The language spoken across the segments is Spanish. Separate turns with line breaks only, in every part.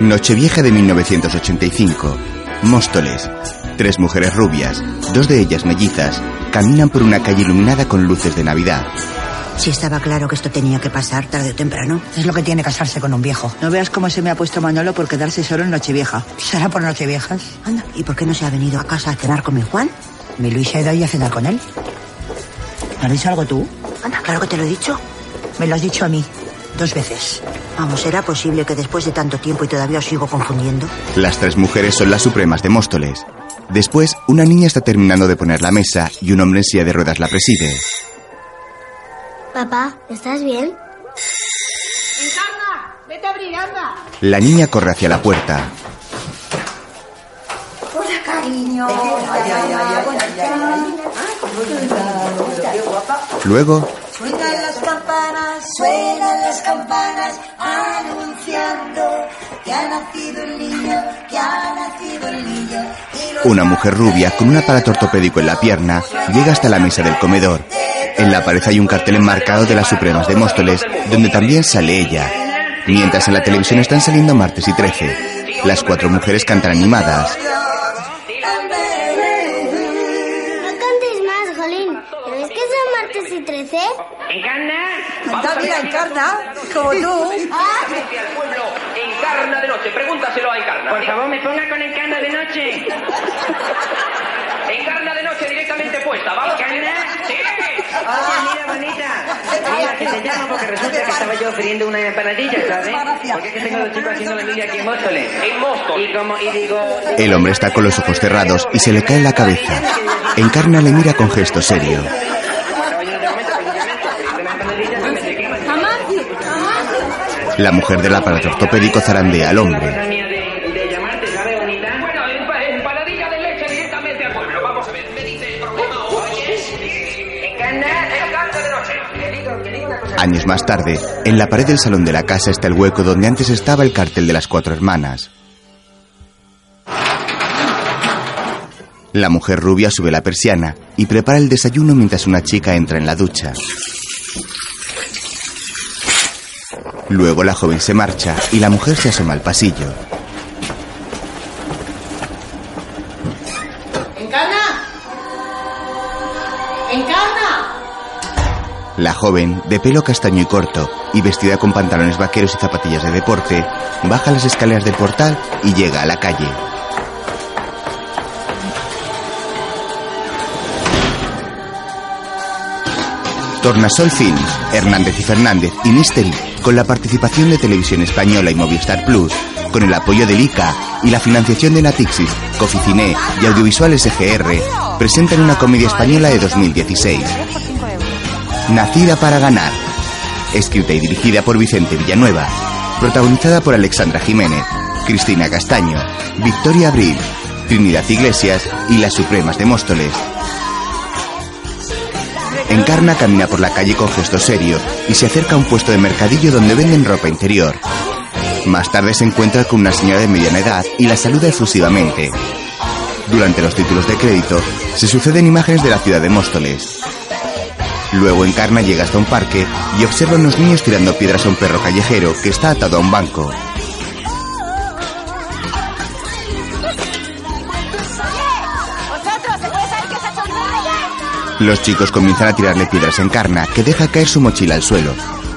Nochevieja de 1985. Móstoles. Tres mujeres rubias, dos de ellas mellizas, caminan por una calle iluminada con luces de Navidad.
Si estaba claro que esto tenía que pasar tarde o temprano.
Es lo que tiene casarse con un viejo.
No veas cómo se me ha puesto Manolo por quedarse solo en Nochevieja.
¿Será por Nocheviejas?
Anda, ¿y por qué no se ha venido a casa a cenar con mi Juan?
Mi Luis ha ido ahí a cenar con él. ¿Me has dicho algo tú?
Anda, claro que te lo he dicho.
Me lo has dicho a mí. Dos veces.
Vamos, ¿será posible que después de tanto tiempo y todavía os sigo confundiendo?
Las tres mujeres son las supremas de Móstoles. Después, una niña está terminando de poner la mesa y un hombre en silla de ruedas la preside.
Papá, ¿estás bien?
¡Encarna! ¡Vete a abrir, anda!
La niña corre hacia la puerta.
Hola, cariño.
Ay, ay, ay, ay, ay,
Luego,
Suenan las campanas, suenan las campanas, anunciando que ha nacido el niño, que ha nacido el niño. Y los
una mujer rubia con un aparato ortopédico en la pierna llega hasta la mesa del comedor. En la pared hay un cartel enmarcado de las Supremas de Móstoles, donde también sale ella. Mientras en la televisión están saliendo martes y 13. Las cuatro mujeres cantan animadas.
No cantéis más, Jolín. ¿No es que son martes y 13?
Anda, mira, encarna, como tú.
Frente al pueblo, encarna de noche. Pregúntaselo a encarna. Por favor, me ponga con encarna de noche. Encarna de noche directamente puesta, ¿vamos? ¿Encarna? ¡Sí!
Oye,
Ah, mira, bonita. Mira, que te llamo porque resulta que estaba yo friendo una empanadilla, ¿sabes? Porque es que tengo dos chicos haciendo la media aquí en Móstoles. En Móstoles. Y como, y digo...
El hombre está con los ojos cerrados y se le cae la cabeza. Encarna le mira con gesto serio. La mujer del aparato ortopédico zarandea al hombre.
Bueno, empa- empanadilla de leche directamente al pueblo. Vamos a ver, me dice el problema o oyes. Encarna, encarna de noche. Te digo, te digo una cosa.
Años más tarde, en la pared del salón de la casa está el hueco donde antes estaba el cartel de las cuatro hermanas. La mujer rubia sube la persiana y prepara el desayuno mientras una chica entra en la ducha. Luego la joven se marcha y la mujer se asoma al pasillo.
¡Encarna! ¡Encarna!
La joven, de pelo castaño y corto, y vestida con pantalones vaqueros y zapatillas de deporte, baja las escaleras del portal y llega a la calle. Tornasol Films, Hernández y Fernández y Mystery, con la participación de Televisión Española y Movistar Plus, con el apoyo del ICA y la financiación de Natixis, Coficine y Audiovisuales EGR, presentan una comedia española de 2016. Nacida para ganar. Escrita y dirigida por Vicente Villanueva. Protagonizada por Alexandra Jiménez, Cristina Castaño, Victoria Abril, Trinidad Iglesias y las Supremas de Móstoles. Encarna camina por la calle con gesto serio y se acerca a un puesto de mercadillo donde venden ropa interior. Más tarde se encuentra con una señora de mediana edad y la saluda efusivamente. Durante los títulos de crédito se suceden imágenes de la ciudad de Móstoles. Luego Encarna llega hasta un parque y observa a unos niños tirando piedras a un perro callejero que está atado a un banco. Los chicos comienzan a tirarle piedras a Encarna, que deja caer su mochila al suelo.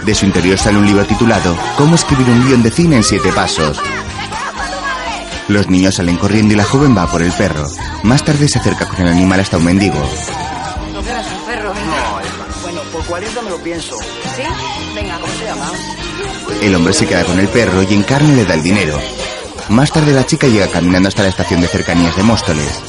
De su interior sale un libro titulado Cómo escribir un guión de cine en siete pasos. Los niños salen corriendo y la joven va por el perro. Más tarde se acerca con el animal hasta un mendigo.
Bueno, por 40 me lo pienso.
El hombre se queda con el perro y Encarna le da el dinero. Más tarde la chica llega caminando hasta la estación de cercanías de Móstoles.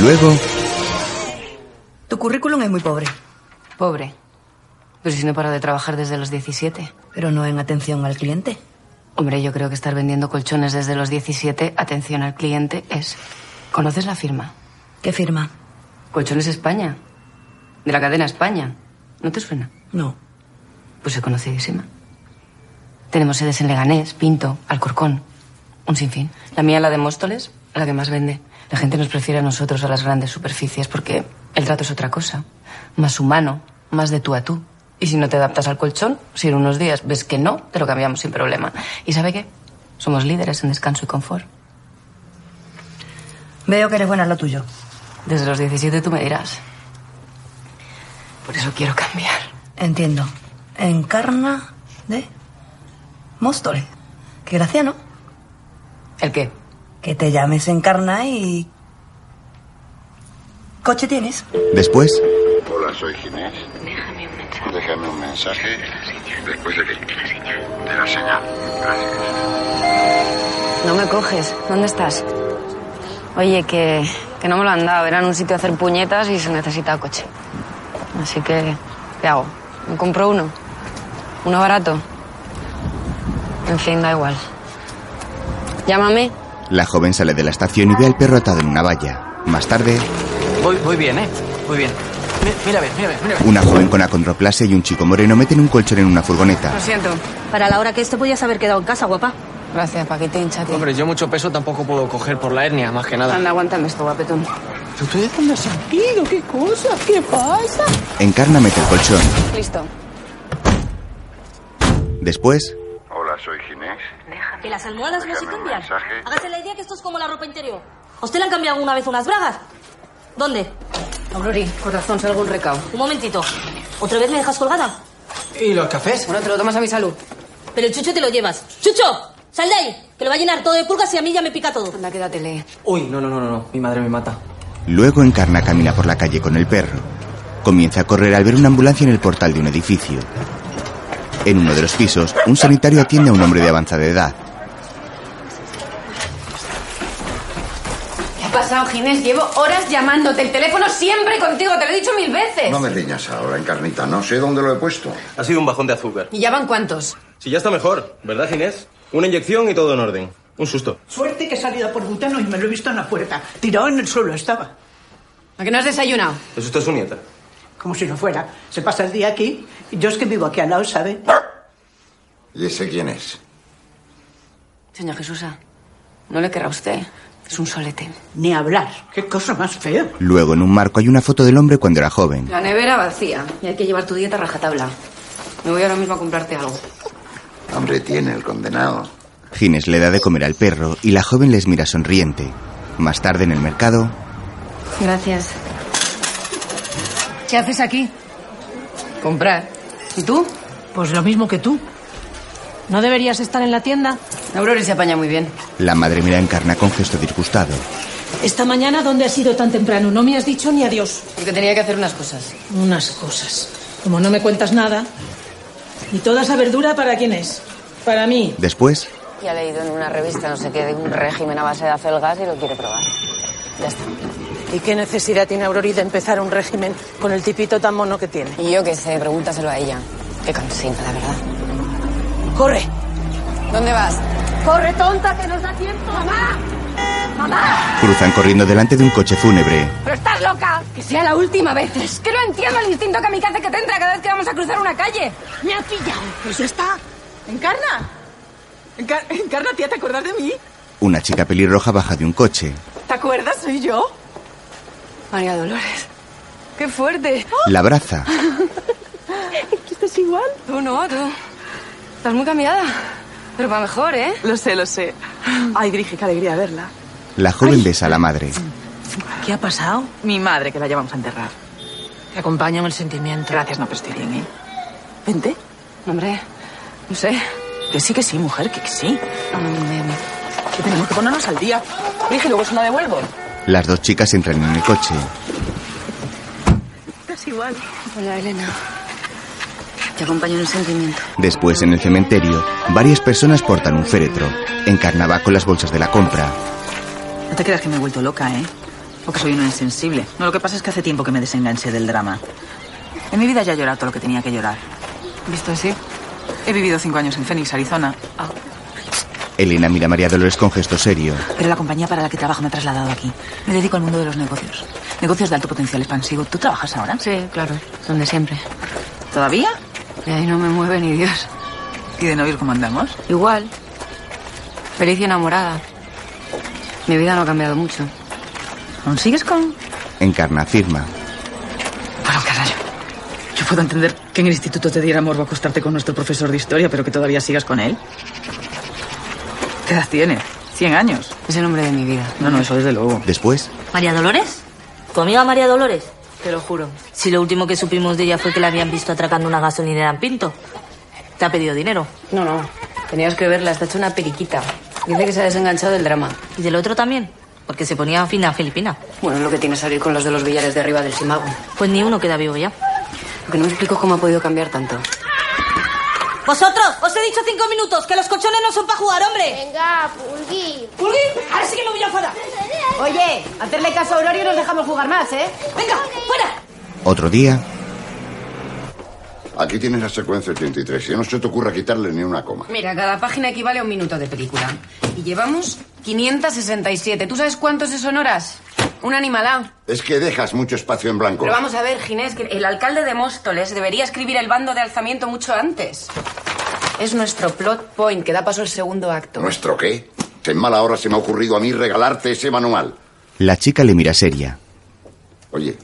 Luego,
Tu currículum es muy pobre,
Pobre. Pero si no para de trabajar desde los 17.
pero no en atención al cliente.
Hombre, yo creo que estar vendiendo colchones desde los 17, atención al cliente, es... ¿Conoces la firma?
¿Qué firma?
Colchones España. De la cadena España. ¿No te suena?
No.
Pues es conocidísima. Tenemos sedes en Leganés, Pinto, Alcorcón. Un sinfín. La mía, la de Móstoles, la que más vende. La gente nos prefiere a nosotros a las grandes superficies porque el trato es otra cosa. Más humano, más de tú a tú. Y si no te adaptas al colchón, si en unos días ves que no, te lo cambiamos sin problema. ¿Y sabe qué? Somos líderes en descanso y confort.
Veo que eres buena en lo tuyo.
Desde los 17 tú me dirás. Por eso quiero cambiar.
Entiendo. Encarna de Móstoles. Qué gracia, ¿no?
¿El qué?
Que te llames Encarna y... ¿Coche tienes?
Después,
Hola, soy Ginés.
Déjame un mensaje.
Déjame un mensaje después de que...
de la señal.
De la señal. Gracias.
No me coges. ¿Dónde estás? Oye, que, que no me lo han dado. Era en un sitio a hacer puñetas y se necesita coche. Así que, ¿qué hago? ¿Me compro uno? ¿Uno barato? En fin, da igual. Llámame.
la joven sale de la estación y ve al perro atado en una valla. Más tarde,
Voy, voy bien, ¿eh? Muy bien. Mi- Mira, a ver, mira, a ver, mira. a ver.
una joven con acondroplasia y un chico moreno meten un colchón en una
Lo
furgoneta.
siento.
Para la hora que esto podías haber quedado en casa, guapa.
Gracias, Paquitín, chati.
Hombre, yo mucho peso tampoco puedo coger por la hernia, más que nada.
Anda, aguántame esto, guapetón.
¿Pero tú de dónde has salido? ¿Qué cosa? ¿Qué pasa?
Encarna mete el colchón.
Listo.
Después,
Hola, soy Ginés.
Que las almohadas no se
Déjame un
cambian.
mensaje.
Hágase la idea que esto es como la ropa interior. ¿A ¿Usted le han cambiado alguna vez unas bragas? ¿Dónde?
Aurori, corazón, salgo un recao.
Un momentito. ¿Otra vez me dejas colgada?
¿Y los cafés?
Bueno, te lo tomas a mi salud.
Pero el chucho te lo llevas. ¡Chucho! ¡Sal de ahí! Que lo va a llenar todo de pulgas y a mí ya me pica todo.
Anda, quédatele.
Uy, no, no, no, no, no. Mi madre me mata.
luego Encarna camina por la calle con el perro. Comienza a correr al ver una ambulancia en el portal de un edificio. En uno de los pisos, un sanitario atiende a un hombre de avanzada edad.
¿Qué ha pasado, Ginés? Llevo horas llamándote. El teléfono siempre contigo. Te lo he dicho mil veces.
No me riñas ahora, Encarnita. No sé dónde lo he puesto.
Ha sido un bajón de azúcar.
¿Y ya van cuántos?
Si ya está mejor, ¿verdad, Ginés? Una inyección y todo en orden. Un susto.
Suerte que he salido por butano y me lo he visto en la puerta. Tirado en el suelo estaba.
¿A que no has desayunado?
Es usted su nieta.
Como si no fuera. Se pasa el día aquí. Y yo es que vivo aquí al lado, ¿sabe?
¿Y ese quién es?
Señor Jesusa, no le querrá a usted. Es un solete.
Ni hablar. Qué cosa más fea.
Luego, en un marco hay una foto del hombre cuando era joven.
La nevera vacía. Y hay que llevar tu dieta a rajatabla. Me voy ahora mismo a comprarte algo.
Hambre tiene el condenado.
Gines le da de comer al perro y la joven les mira sonriente. Más tarde, en el mercado,
Gracias. ¿Qué haces aquí? Comprar. ¿Y tú?
Pues lo mismo que tú. ¿No deberías estar en la tienda?
Aurora se apaña muy bien.
la madre mira a Encarna con gesto disgustado.
Esta mañana, ¿dónde has ido tan temprano? No me has dicho ni adiós.
Porque tenía que hacer unas cosas.
Unas cosas. Como no me cuentas nada. ¿Y toda esa verdura para quién es? Para mí.
Después,
Ya ha leído en una revista, no sé qué, de un régimen a base de acelgas y lo quiere probar. Ya está.
¿Y qué necesidad tiene Aurori de empezar un régimen con el tipito tan mono que tiene?
Y yo qué sé, pregúntaselo a ella. Qué cansina, la verdad.
¡Corre!
¿Dónde vas?
¡Corre, tonta, que nos da tiempo! ¡Mamá! ¡Mamá!
cruzan corriendo delante de un coche fúnebre.
¡Pero estás loca!
Que sea la última vez. Es que no entiendo el instinto que mi hace que te entra cada vez que vamos a cruzar una calle.
Me ha pillado. Pues ya está.
¡Encarna! Encar- Encarna, tía, ¿te acuerdas de mí?
Una chica pelirroja baja de un coche.
¿Te acuerdas? Soy yo.
María Dolores. Qué fuerte.
La abraza.
¿Estás igual?
Tú no, tú. Estás muy cambiada. Pero para mejor, ¿eh?
Lo sé, lo sé. Ay, Grige, qué alegría verla.
La joven besa a la madre.
¿Qué ha pasado?
Mi madre, que la llevamos a enterrar.
Te acompaño en el sentimiento.
Gracias, no, pero estoy bien, ¿eh? Vente.
Hombre, no sé.
Que sí, que sí, mujer, que sí.
Hombre,
Que tenemos que ponernos al día. Dije, luego se la devuelvo.
Las dos chicas entran en el coche.
Estás igual.
Hola, Elena. Te acompaño en el sentimiento.
Después, en el cementerio, varias personas portan un féretro. Encarna va con las bolsas de la compra.
No te creas que me he vuelto loca, ¿eh? O que soy una insensible. No, lo que pasa es que hace tiempo que me desenganché del drama. En mi vida ya he llorado todo lo que tenía que llorar.
¿Visto así?
He vivido cinco años en Phoenix, Arizona.
Elena mira a María Dolores con gesto serio.
Pero la compañía para la que trabajo me ha trasladado aquí. Me dedico al mundo de los negocios. Negocios de alto potencial expansivo. ¿Tú trabajas ahora?
Sí, claro. Donde siempre.
¿Todavía?
Y ahí no me mueve ni Dios.
¿Y de novios cómo andamos?
Igual. Feliz y enamorada. Mi vida no ha cambiado mucho.
¿Aún sigues con...?
Encarna afirma.
Bueno, carajo. Yo puedo entender que en el instituto te diera morbo acostarte con nuestro profesor de historia, pero que todavía sigas con él. ¿Qué edad tiene? ¿Cien años?
Es el hombre de mi vida.
No, no, eso desde luego.
Después,
¿María Dolores? ¿Tu amiga María Dolores? Te lo juro. Si lo último que supimos de ella fue que la habían visto atracando una gasolinera en Pinto. ¿Te ha pedido dinero?
No, no. Tenías que verla. Está hecha una periquita. Dice que se ha desenganchado del drama.
¿Y del otro también? Porque se ponía fina filipina.
Bueno, lo que tiene salir con los de los billares de arriba del Simago.
Pues ni uno queda vivo ya.
Lo que no me explico es cómo ha podido cambiar tanto.
¡Vosotros! ¡Os he dicho cinco minutos! ¡Que los colchones no son para jugar, hombre!
Venga, Pulgui.
¡Pulgui! ¡Ahora sí que lo voy a fuera!
Oye, hacerle caso a Honorio y nos dejamos jugar más, ¿eh?
¡Venga, fuera!
otro día,
Aquí tienes la secuencia 83 y no se te ocurra quitarle ni una coma.
Mira, cada página equivale a un minuto de película. Y llevamos 567. ¿Tú sabes cuántos es horas? Un animalá.
Es que dejas mucho espacio en blanco.
Pero vamos a ver, Ginés, que el alcalde de Móstoles debería escribir el bando de alzamiento mucho antes. Es nuestro plot point que da paso al segundo acto.
¿Nuestro qué? Que en mala hora se me ha ocurrido a mí regalarte ese manual.
la chica le mira seria.
Oye,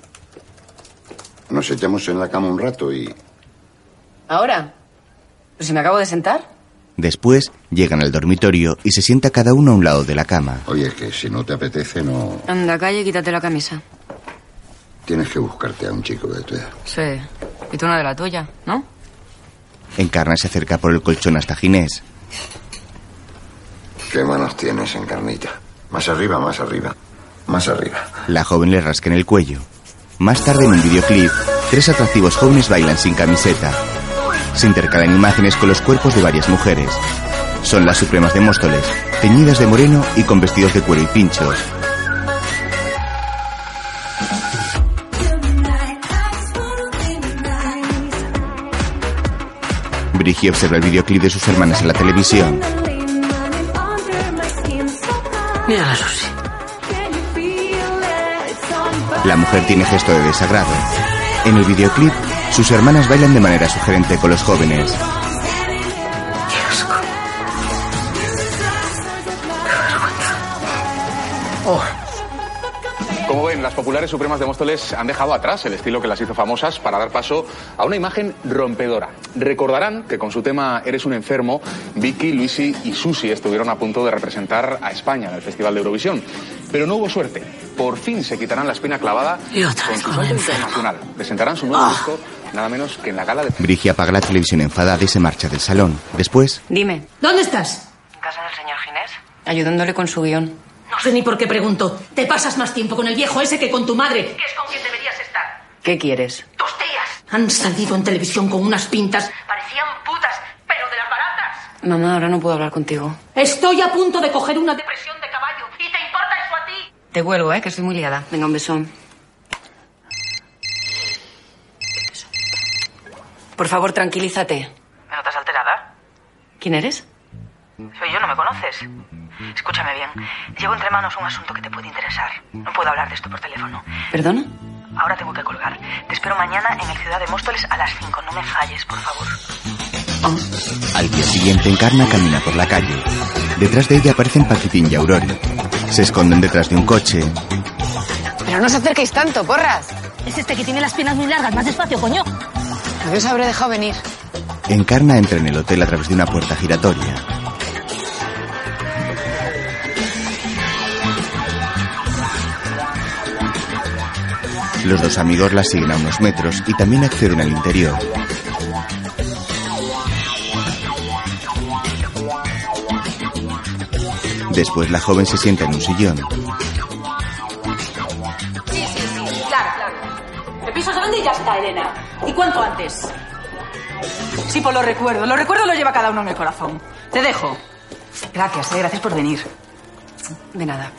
nos echamos en la cama un rato y...
¿Ahora? Pues si me acabo de sentar.
Después, llegan al dormitorio y se sienta cada uno a un lado de la cama.
Oye, que si no te apetece no...
Anda, calle, quítate la camisa.
Tienes que buscarte a un chico de tu edad.
Sí. Y tú una de la tuya, ¿no?
Encarna se acerca por el colchón hasta Ginés.
¿Qué manos tienes, Encarnita? Más arriba, más arriba. Más arriba.
La joven le rasca en el cuello. Más tarde en un videoclip, tres atractivos jóvenes bailan sin camiseta. Se intercalan imágenes con los cuerpos de varias mujeres. Son las supremas de Móstoles, teñidas de moreno y con vestidos de cuero y pinchos. Brigitte observa el videoclip de sus hermanas en la televisión.
Mira la Susi.
La mujer tiene gesto de desagrado. En el videoclip, sus hermanas bailan de manera sugerente con los jóvenes.
Como ven, las populares supremas de Móstoles han dejado atrás el estilo que las hizo famosas para dar paso a una imagen rompedora. Recordarán que con su tema Eres un enfermo, Vicky, Luisi y Susi estuvieron a punto de representar a España en el Festival de Eurovisión. Pero no hubo suerte. Por fin se quitarán la espina clavada
Y otra
con
vez
su
con Ah. el
salto
enfermo.
internacional. Presentarán su nuevo disco nada menos que en la gala de...
Brigia apaga la televisión enfadada y se marcha del salón. Después,
Dime,
¿Dónde estás?
¿Casa del señor Ginés?
ayudándole con su guión.
No sé ni por qué pregunto. Te pasas más tiempo con el viejo ese que con tu madre.
es con quien deberías estar?
¿Qué quieres?
¡Tus tías!
Han salido en televisión con unas pintas.
Parecían putas, pero de las baratas.
Mamá, ahora no puedo hablar contigo.
Estoy a punto de coger una depresión.
de caballo. ¿Y te importa eso a ti?
Te vuelvo, ¿eh? Que estoy muy liada. Venga, un besón. Por favor, tranquilízate.
¿Me notas alterada?
¿Quién eres?
Soy yo, ¿no me conoces? Escúchame bien. Llevo entre manos un asunto que te puede interesar. No puedo hablar de esto por teléfono.
¿Perdona?
Ahora tengo que colgar. Te espero mañana en el Ciudad de Móstoles a las 5. No me falles, por favor.
Ah.
al día siguiente Encarna camina por la calle. Detrás de ella aparecen Paquitín y Aurori. Se esconden detrás de un coche.
Pero no os acerquéis tanto, porras.
Es este que tiene las piernas muy largas, más despacio, coño.
A os habré dejado venir.
Encarna entra en el hotel a través de una puerta giratoria. Los dos amigos la siguen a unos metros y también acceden al interior. Después la joven se sienta en un sillón.
Sí, sí, sí.
Claro, claro. El piso es grande y ya está, Elena. ¿Y cuánto antes?
Sí, pues lo recuerdo. Lo recuerdo lo lleva cada uno en el corazón. Te dejo. Gracias, eh, gracias por venir.
De nada.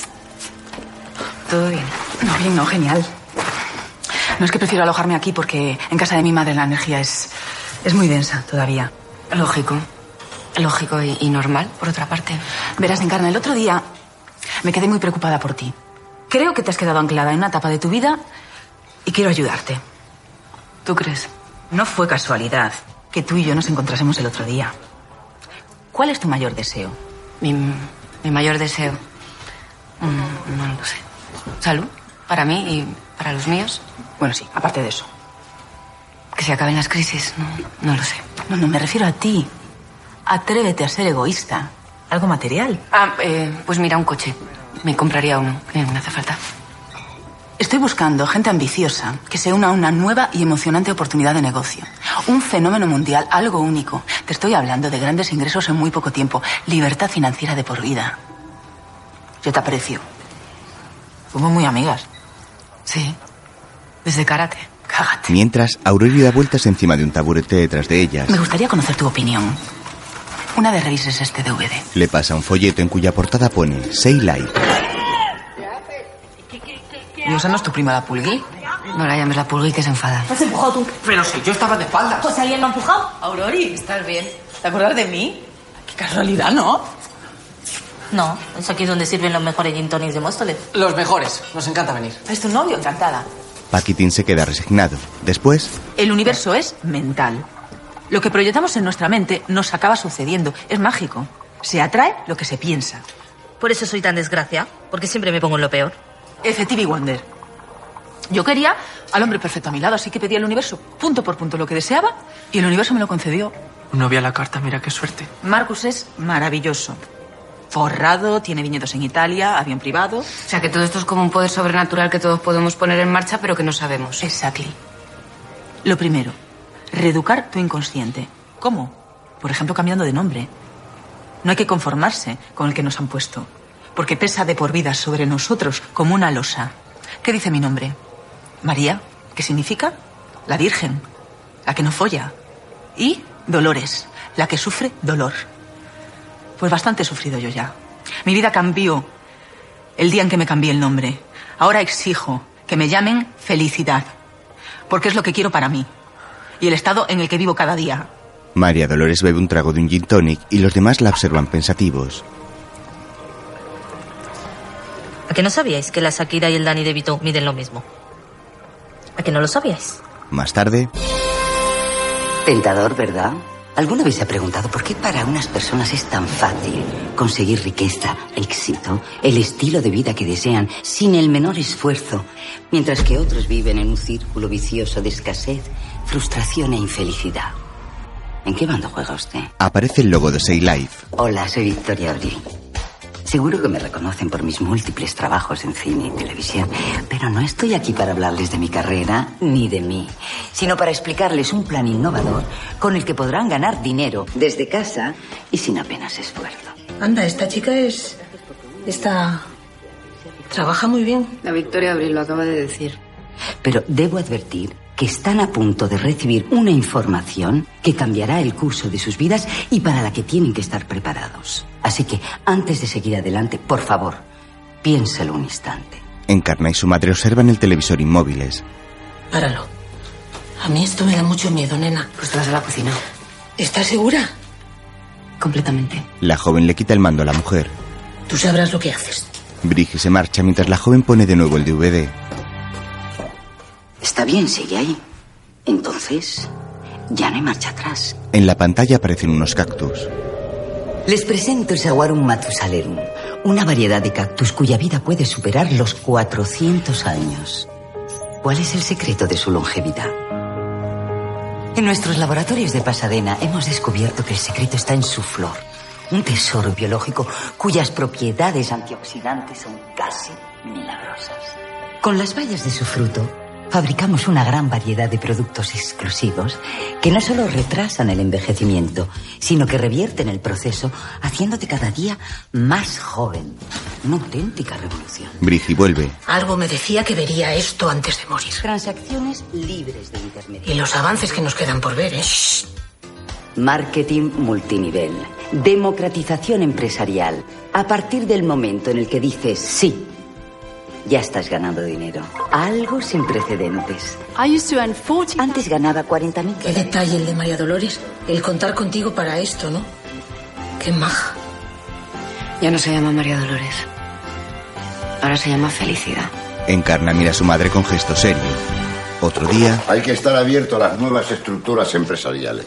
Todo bien.
No, bien, no, genial. No es que prefiero alojarme aquí porque en casa de mi madre la energía es. es muy densa todavía.
Lógico. Lógico y, y normal, por otra parte.
Verás, Encarna, el otro día me quedé muy preocupada por ti. Creo que te has quedado anclada en una etapa de tu vida y quiero ayudarte.
¿Tú crees?
No fue casualidad que tú y yo nos encontrásemos el otro día. ¿Cuál es tu mayor deseo?
Mi, mi mayor deseo.
Mm, No, lo sé. Salud, para mí y para los míos.
Bueno, sí, aparte de eso.
Que se acaben las crisis, no, no lo sé.
No, no, me refiero a ti. Atrévete a ser egoísta. Algo material.
Ah, eh, pues mira, un coche. Me compraría uno, que me hace falta.
Estoy buscando gente ambiciosa que se una a una nueva y emocionante oportunidad de negocio. Un fenómeno mundial, algo único. Te estoy hablando de grandes ingresos en muy poco tiempo. Libertad financiera de por vida. Yo te aprecio.
Somos muy amigas. Sí, desde karate.
Mientras, Aurelio da vueltas encima de un taburete detrás de ellas.
Me gustaría conocer tu opinión. Una de revises este DVD.
Le pasa un folleto en cuya portada pone Say Life.
¿Y esa no es tu prima la pulgui? No la llames la pulgui que se enfada.
¿Me has empujado tú?
Pero si yo estaba de espaldas.
Pues alguien me ha empujado.
Aurori, ¿estás bien? ¿Te acuerdas de mí? Qué casualidad, ¿no?
No, es aquí donde sirven los mejores gin tonics de Móstoles.
Los mejores. Nos encanta venir.
Es tu novio, encantada.
Paquitín se queda resignado. Después,
El universo es mental. Lo que proyectamos en nuestra mente nos acaba sucediendo. Es mágico. Se atrae lo que se piensa.
Por eso soy tan desgracia, porque siempre me pongo en lo peor.
Efectivi Wonder. Yo quería al hombre perfecto a mi lado, así que pedí al universo punto por punto lo que deseaba y el universo me lo concedió.
No vi a la carta, mira qué suerte.
Marcus es maravilloso. Forrado, tiene viñedos en Italia, avión privado.
O sea, que todo esto es como un poder sobrenatural que todos podemos poner en marcha, pero que no sabemos.
Exacto. Lo primero, reeducar tu inconsciente. ¿Cómo? Por ejemplo, cambiando de nombre. No hay que conformarse con el que nos han puesto, porque pesa de por vida sobre nosotros como una losa. ¿Qué dice mi nombre? María. ¿Qué significa? La Virgen, la que no folla. Y Dolores, la que sufre dolor. Pues bastante he sufrido yo ya. Mi vida cambió el día en que me cambié el nombre. Ahora exijo que me llamen felicidad, porque es lo que quiero para mí y el estado en el que vivo cada día.
María Dolores bebe un trago de un gin tonic y los demás la observan pensativos.
¿A que no sabíais que la Shakira y el Dani de Vito miden lo mismo? ¿A que no lo sabíais?
Más tarde,
Tentador, ¿verdad? ¿Alguna vez se ha preguntado por qué para unas personas es tan fácil conseguir riqueza, éxito, el estilo de vida que desean sin el menor esfuerzo, mientras que otros viven en un círculo vicioso de escasez, frustración e infelicidad? ¿En qué bando juega usted?
aparece el logo de Say Life.
Hola, soy Victoria Abril. Seguro que me reconocen por mis múltiples trabajos en cine y televisión, pero no estoy aquí para hablarles de mi carrera ni de mí, sino para explicarles un plan innovador con el que podrán ganar dinero desde casa y sin apenas esfuerzo.
Anda, esta chica es. Esta. Trabaja muy bien.
La Victoria Abril lo acaba de decir.
Pero debo advertir que están a punto de recibir una información que cambiará el curso de sus vidas y para la que tienen que estar preparados. Así que, antes de seguir adelante, por favor, piénselo un instante.
Encarna y su madre observan el televisor inmóviles.
Páralo. A mí esto me da mucho miedo, nena.
Pues te vas a la cocina.
¿Estás segura?
Completamente.
La joven le quita el mando a la mujer.
Tú sabrás lo que haces.
Brigi se marcha mientras la joven pone de nuevo el DVD.
Está bien, sigue ahí. Entonces, ya no hay marcha atrás.
En la pantalla aparecen unos cactus.
Les presento el Saguarum matusalerum, una variedad de cactus cuya vida puede superar los 400 años. ¿Cuál es el secreto de su longevidad? En nuestros laboratorios de Pasadena hemos descubierto que el secreto está en su flor, un tesoro biológico cuyas propiedades antioxidantes son casi milagrosas. Con las bayas de su fruto fabricamos una gran variedad de productos exclusivos que no solo retrasan el envejecimiento, sino que revierten el proceso haciéndote cada día más joven. Una auténtica revolución.
Brigi vuelve.
Algo me decía que vería esto antes de morir.
Transacciones libres de intermediarios.
Y los avances que nos quedan por ver, ¿eh?
Marketing multinivel. Democratización empresarial. A partir del momento en el que dices sí, ya estás ganando dinero. Algo sin precedentes. Antes ganaba 40.000.
Qué detalle el de María Dolores. El contar contigo para esto, ¿no? Qué maja.
Ya no se llama María Dolores. Ahora se llama Felicidad.
Encarna mira a su madre con gesto serio. Otro día,
Hay que estar abierto a las nuevas estructuras empresariales.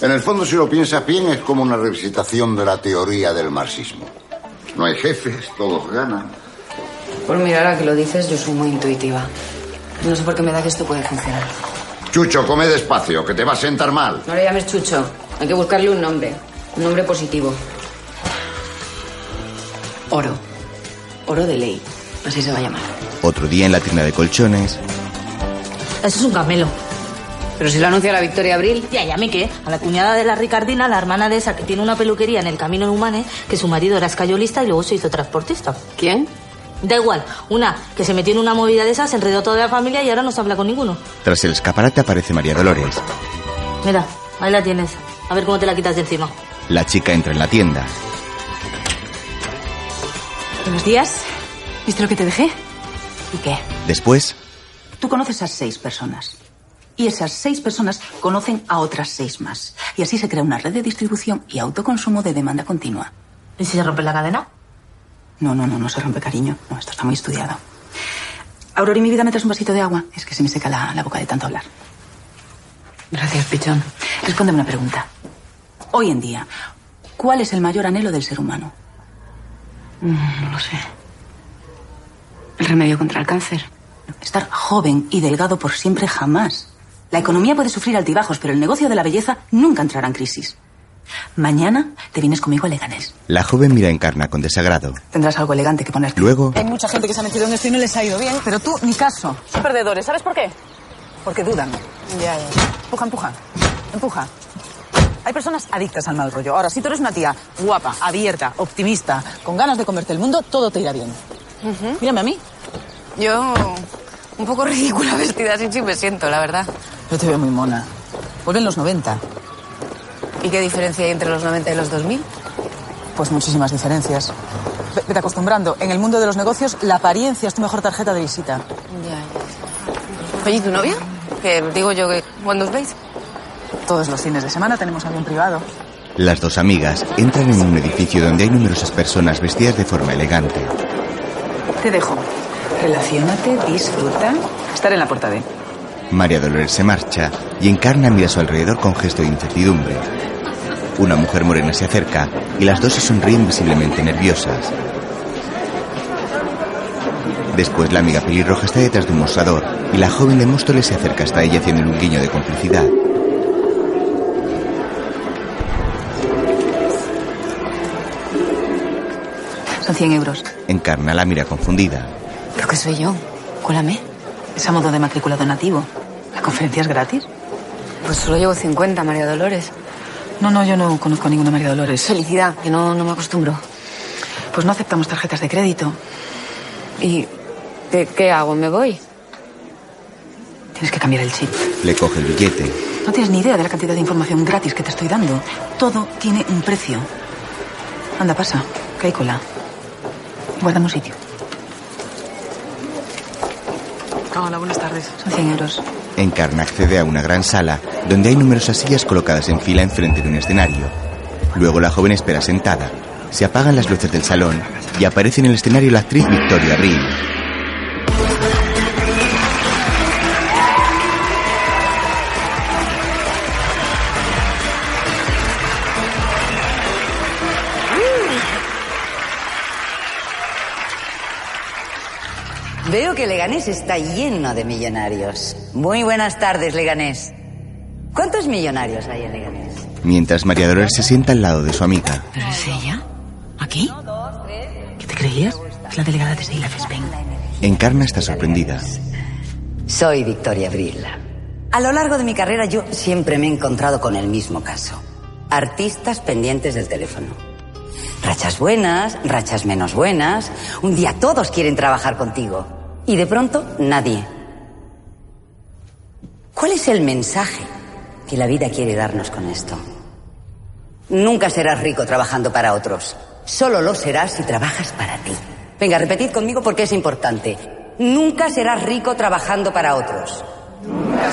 En el fondo, si lo piensas bien, es como una revisitación de la teoría del marxismo. No hay jefes, todos ganan.
Pues mira, ahora que lo dices, yo soy muy intuitiva. No sé por qué me da que esto puede funcionar.
Chucho, come despacio, que te va a sentar mal.
No le llames Chucho. Hay que buscarle un nombre. Un nombre positivo. Oro. Oro de ley. Así se va a llamar.
Otro día en la tienda de colchones.
Eso es un camelo.
Pero si lo anuncia la Victoria Abril.
Ya, ya me qué. A la cuñada de la Ricardina, la hermana de esa que tiene una peluquería en el camino en Humanes, que su marido era escayolista y luego se hizo transportista.
¿Quién?
Da igual, una que se metió en una movida de esas, se enredó toda la familia y ahora no se habla con ninguno.
Tras el escaparate aparece María Dolores.
Mira, ahí la tienes. A ver cómo te la quitas de encima.
La chica entra en la tienda.
Buenos días. ¿Viste lo que te dejé?
¿Y qué? Después,
Tú conoces a seis personas. Y esas seis personas conocen a otras seis más. Y así se crea una red de distribución y autoconsumo de demanda continua.
¿Y si se rompe la cadena?
No, no, no, no se rompe, cariño. No, esto está muy estudiado. Aurora, ¿y mi vida me traes un vasito de agua? Es que se me seca Ah, la, la boca de tanto hablar.
Gracias, pichón.
Respóndeme una pregunta. Hoy en día, ¿cuál es el mayor anhelo del ser humano?
Mm, No lo sé. El remedio contra el cáncer.
Estar joven y delgado por siempre jamás. La economía puede sufrir altibajos, pero el negocio de la belleza nunca entrará en crisis. Mañana te vienes conmigo a Leganés.
la joven mira a Encarna con desagrado.
Tendrás algo elegante que ponerte.
Luego,
Hay mucha gente que se ha metido en esto y no les ha ido bien, pero tú ni caso. Son perdedores, ¿sabes por qué? Porque dudan. Ya, ya. Empuja, empuja. Empuja. Hay personas adictas al mal rollo. Ahora, si tú eres una tía guapa, abierta, optimista, con ganas de comerte el mundo, todo te irá bien. Mírame a mí.
Yo, un poco ridícula vestida así, sí me siento, la verdad.
Yo te veo muy mona. Vuelven los 90.
¿Y qué diferencia hay entre los 90 y los 2000?
Pues muchísimas diferencias. Ve- Vete acostumbrando. En el mundo de los negocios, la apariencia es tu mejor tarjeta de visita.
Oye, ¿y tu novia? Que Eh, digo yo que cuando os veis.
Todos los fines de semana tenemos avión privado.
las dos amigas entran en un edificio donde hay numerosas personas vestidas de forma elegante.
Te dejo. Relaciónate, disfruta. Estar en la puerta de.
María Dolores se marcha y Encarna mira a su alrededor con gesto de incertidumbre. Una mujer morena se acerca y las dos se sonríen visiblemente nerviosas. Después la amiga pelirroja está detrás de un mostrador y la joven de Móstoles se acerca hasta ella haciendo un guiño de complicidad.
Son 100 euros.
Encarna la mira confundida.
¿Pero qué soy yo? Cúlame. Es a modo de matriculado nativo. ¿La conferencia es gratis?
Pues solo llevo 50, María Dolores.
No, no, yo no conozco a ninguna María Dolores.
Felicidad, que no, no me acostumbro.
Pues no aceptamos tarjetas de crédito.
¿Y qué, qué hago? ¿Me voy?
Tienes que cambiar el chip.
Le coge el billete.
No tienes ni idea de la cantidad de información gratis que te estoy dando. Todo tiene un precio. Anda, pasa, que hay cola. Guárdame un sitio.
Hola, buenas tardes.
Son 100 euros.
Encarna accede a una gran sala donde hay numerosas sillas colocadas en fila enfrente de un escenario. Luego la joven espera sentada. Se apagan las luces del salón y aparece en el escenario la actriz Victoria Abril.
Veo que Leganés está lleno de millonarios. Muy buenas tardes, Leganés. ¿Cuántos millonarios hay en Leganés?
Mientras María Dolores se sienta al lado de su amiga.
¿Pero es ella? ¿Aquí? ¿Qué te creías? Es la delegada de Seila Fespen.
Encarna está sorprendida.
Soy Victoria Abril. A lo largo de mi carrera yo siempre me he encontrado con el mismo caso. Artistas pendientes del teléfono. Rachas buenas, rachas menos buenas. Un día todos quieren trabajar contigo y de pronto nadie. ¿Cuál es el mensaje que la vida quiere darnos con esto? Nunca serás rico trabajando para otros. Solo lo serás si trabajas para ti. Venga, repetid conmigo porque es importante. Nunca serás rico trabajando para otros.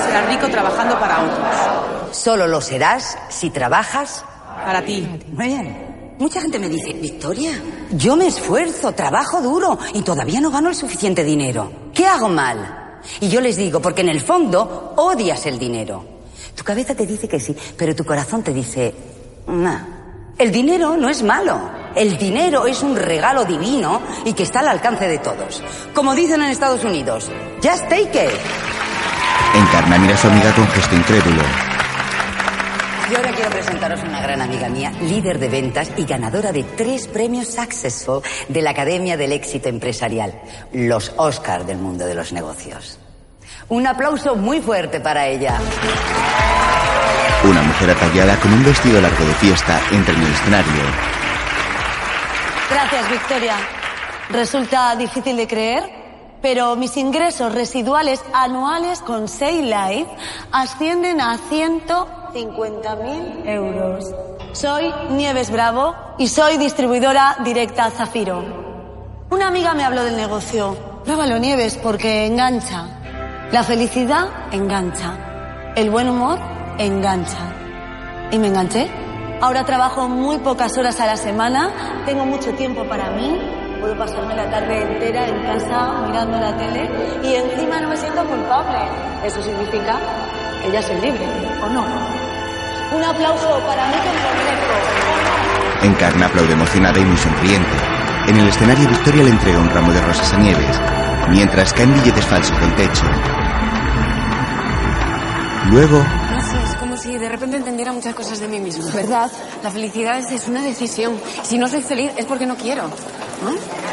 Serás rico trabajando para otros.
Solo lo serás si trabajas
Para ti.
Muy bien. Mucha gente me dice, Victoria, yo me esfuerzo, trabajo duro y todavía no gano el suficiente dinero. ¿Qué hago mal? Y yo les digo, porque en el fondo odias el dinero. Tu cabeza te dice que sí, pero tu corazón te dice, nah. El dinero no es malo.
El dinero es un regalo divino y que está al alcance de todos. Como dicen en Estados Unidos, just take it.
Encarna mira a su amiga con gesto incrédulo.
Y ahora quiero presentaros a una gran amiga mía, líder de ventas y ganadora de tres premios Successful de la Academia del Éxito Empresarial, los Oscars del mundo de los negocios. Un aplauso muy fuerte para ella.
Una mujer ataviada con un vestido largo de fiesta entra en el escenario.
Gracias, Victoria. Resulta difícil de creer, pero mis ingresos residuales anuales con Say Life ascienden a 150.000 euros. Soy Nieves Bravo y soy distribuidora directa Zafiro. Una amiga me habló del negocio. Pruébalo, Nieves, porque engancha. La felicidad engancha. El buen humor engancha. Y me enganché. Ahora trabajo muy pocas horas a la semana, tengo mucho tiempo para mí, puedo pasarme la tarde entera en casa mirando la tele y encima no me siento culpable. Eso significa que ya soy libre, ¿o no? Un aplauso para mí que
Encarna aplaude emocionada y muy sonriente. En el escenario Victoria le entrega un ramo de rosas a Nieves, mientras caen billetes falsos del techo. Luego,
No sé, es como si de repente entendiera muchas cosas de mí misma. ¿Verdad? La felicidad es, es una decisión. Si no soy feliz es porque no quiero. ¿no?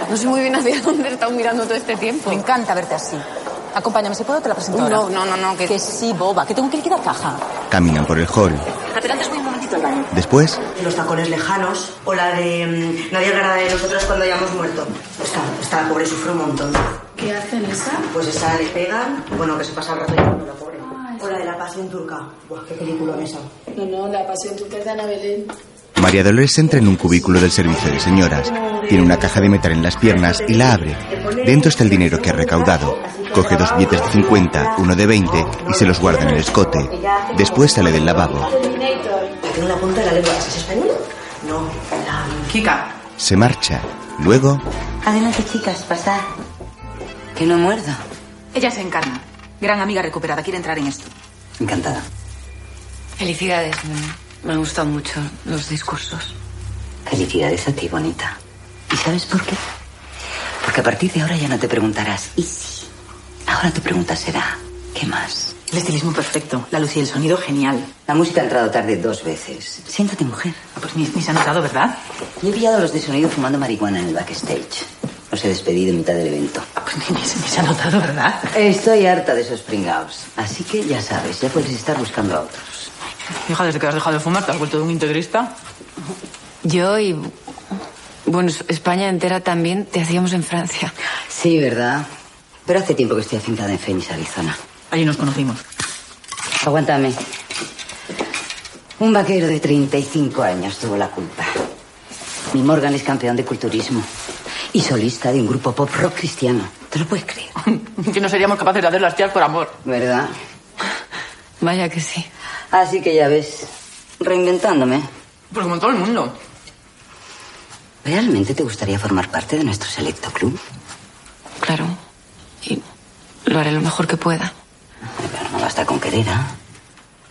No sé muy bien hacia dónde he estado mirando todo este tiempo.
Me encanta verte así. Acompáñame, si puedo, te la presento
No,
ahora.
no, no, no,
que... sí, boba, que tengo que liquidar caja.
caminan por el hall.
Adelante, voy un momentito al baño.
Después,
Los tacones lejanos o la de mm, nadie hablará de nosotros cuando hayamos muerto. Esta, esta la pobre sufre un montón.
¿Qué hacen esa?
Pues esa le pegan, bueno, que se pasa el rato llorando la pobre. O la de la pasión turca. Buah, qué película esa.
Ah, No, no, la pasión turca es de Ana Belén.
María Dolores entra en un cubículo del servicio de señoras. Tiene una caja de metal en las piernas y la abre. Dentro está el dinero que ha recaudado. Coge dos billetes de 50, uno de 20 y se los guarda en el escote. Después sale del lavabo.
La tengo en la punta de la lengua. ¿Es española? No, la... Kika.
Se marcha. Luego,
Adelante, chicas, pasad.
Que no muerda. Ella se encarna. Gran amiga recuperada, quiere entrar en esto.
Encantada.
Felicidades, me, me gustan mucho los discursos.
Felicidades a ti, bonita. ¿Y sabes por qué? Porque a partir de ahora ya no te preguntarás, ¿y si? Ahora tu pregunta será, ¿qué más?
El estilismo perfecto, la luz y el sonido genial.
La música ha entrado tarde dos veces. Siéntate, mujer.
Pues ni, ni se ha notado, ¿verdad?
Yo he pillado a los de sonido fumando marihuana en el backstage. Los he despedido en mitad del evento.
Pues ni, ni se- ni se ha notado, ¿verdad?
Estoy harta de esos pringaos. Así que ya sabes, ya puedes estar buscando a otros.
Hija, desde que has dejado de fumar, te has vuelto de un integrista.
Yo y. Bueno, España entera también te hacíamos en Francia.
Sí, ¿verdad? Pero hace tiempo que estoy afincada en Phoenix, Arizona.
Allí nos conocimos.
Aguántame. Un vaquero de 35 años tuvo la culpa. Mi Morgan es campeón de culturismo y solista de un grupo pop rock cristiano. ¿Te lo puedes creer?
Que no seríamos capaces de hacer las tías por amor.
¿Verdad?
Vaya que sí.
Así que ya ves, reinventándome.
Pues como todo el mundo.
¿Realmente te gustaría formar parte de nuestro selecto club?
Claro. Y lo haré lo mejor que pueda.
Pero no basta con querer, ¿ah?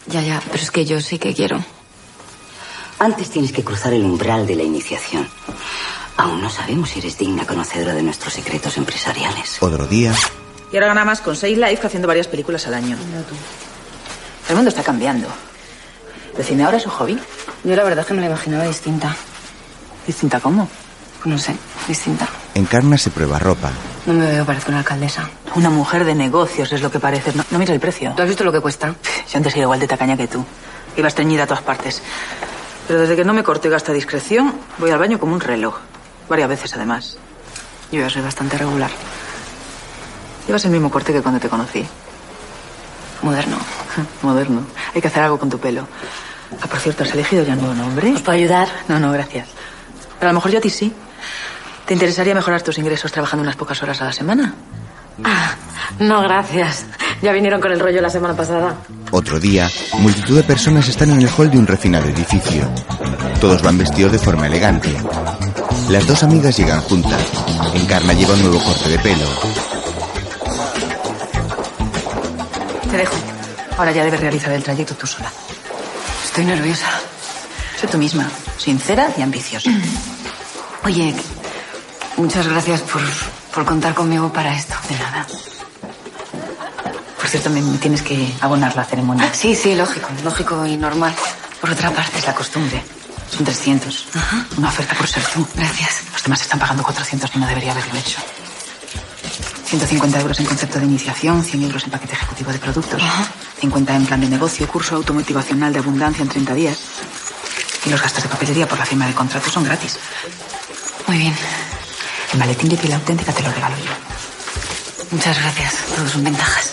Ya, ya, pero es que yo sí que quiero.
Antes tienes que cruzar el umbral de la iniciación. Aún no sabemos si eres digna conocedora de nuestros secretos empresariales.
otro día,
Y ahora gana más con Six Life que haciendo varias películas al año. El mundo está cambiando. ¿El cine ahora es un hobby?
Yo la verdad es que me la imaginaba distinta. Pues
¿Distinta cómo?
No sé, distinta.
Encarna se prueba ropa.
No me veo, parezco una alcaldesa.
Una mujer de negocios es lo que pareces. No, no mira el precio. ¿Tú
has visto lo que cuesta?
Yo antes era igual de tacaña que tú. Ibas teñida a todas partes. Pero desde que no me corto y gasto a discreción, voy al baño como un reloj. Varias veces, además. Yo ya soy bastante regular. Llevas el mismo corte que cuando te conocí.
Moderno.
Moderno. Hay que hacer algo con tu pelo. Ah, por cierto, ¿has elegido ya un nuevo nombre? ¿Os puedo ayudar? No, no, gracias. Pero a lo mejor yo a ti sí. ¿Te interesaría mejorar tus ingresos trabajando unas pocas horas a la semana?
Ah,
No, gracias. Ya vinieron con el rollo la semana pasada.
Otro día, multitud de personas están en el hall de un refinado edificio. Todos van vestidos de forma elegante. Las dos amigas llegan juntas. Encarna lleva un nuevo corte de pelo.
Te dejo. Ahora ya debes realizar el trayecto tú sola. Estoy nerviosa. Sé tú misma, sincera y ambiciosa.
Oye, muchas gracias por, por contar conmigo para esto. De nada.
Por cierto, me, me tienes que abonar la ceremonia.
Ah, Sí, sí, lógico, lógico y normal. Por otra parte,
Es la costumbre. Son 300. Una oferta por ser tú.
Gracias.
Los demás están pagando 400 y no debería haberlo hecho. 150 euros en concepto de iniciación, 100 euros en paquete ejecutivo de productos, 50 en plan de negocio, curso automotivacional de abundancia en 30 días. Y los gastos de papelería por la firma del contrato son gratis.
muy bien.
El maletín de piel auténtica te lo regalo yo.
Muchas gracias. Todos son ventajas.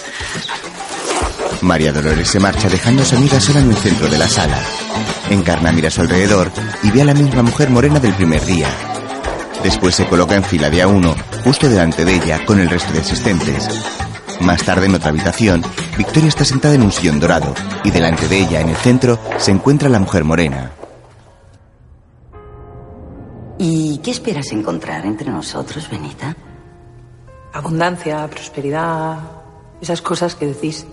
María Dolores se marcha dejando a su amiga sola en el centro de la sala. Encarna mira a su alrededor y ve a la misma mujer morena del primer día. Después se coloca en fila de a uno, justo delante de ella, con el resto de asistentes. Más tarde, en otra habitación, Victoria está sentada en un sillón dorado y delante de ella, en el centro, se encuentra la mujer morena.
¿Y qué esperas encontrar entre nosotros, Benita?
Abundancia, prosperidad, esas cosas que decís.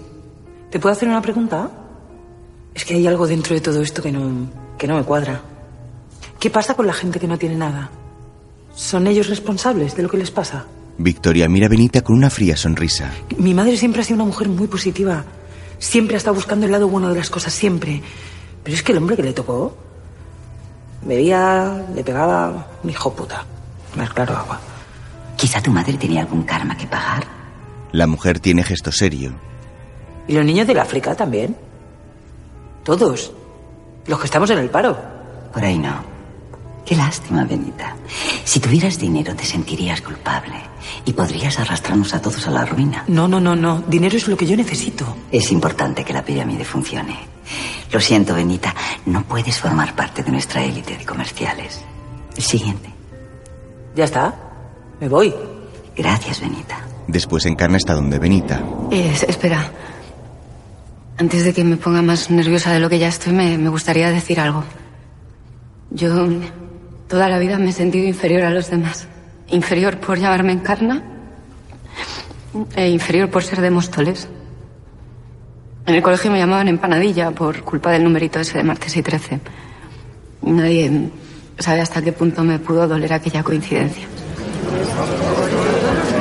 ¿Te puedo hacer una pregunta? Es que hay algo dentro de todo esto que no, que no me cuadra. ¿Qué pasa con la gente que no tiene nada? ¿Son ellos responsables de lo que les pasa?
Victoria mira a Benita con una fría sonrisa.
Mi madre siempre ha sido una mujer muy positiva. Siempre ha estado buscando el lado bueno de las cosas, siempre. Pero es que el hombre que le tocó. Bebía, le pegaba, un hijo puta. Más claro, agua.
Quizá tu madre tenía algún karma que pagar.
La mujer tiene gesto serio.
Y los niños del África también. Todos. Los que estamos en el paro.
Por ahí no. Qué lástima, Benita. Si tuvieras dinero te sentirías culpable y podrías arrastrarnos a todos a la ruina.
No, no, no, no. Dinero es lo que yo necesito.
Es importante que la pirámide funcione. Lo siento, Benita, no puedes formar parte de nuestra élite de comerciales. El siguiente.
Ya está. Me voy.
Gracias, Benita.
Después Encarna está donde Benita.
Eh, es- espera. Antes de que me ponga más nerviosa de lo que ya estoy, me, me gustaría decir algo. Yo toda la vida me he sentido inferior a los demás. Inferior por llamarme Encarna e inferior por ser de Móstoles. En el colegio me llamaban empanadilla por culpa del numerito ese de martes y 13. Nadie sabe hasta qué punto me pudo doler aquella coincidencia.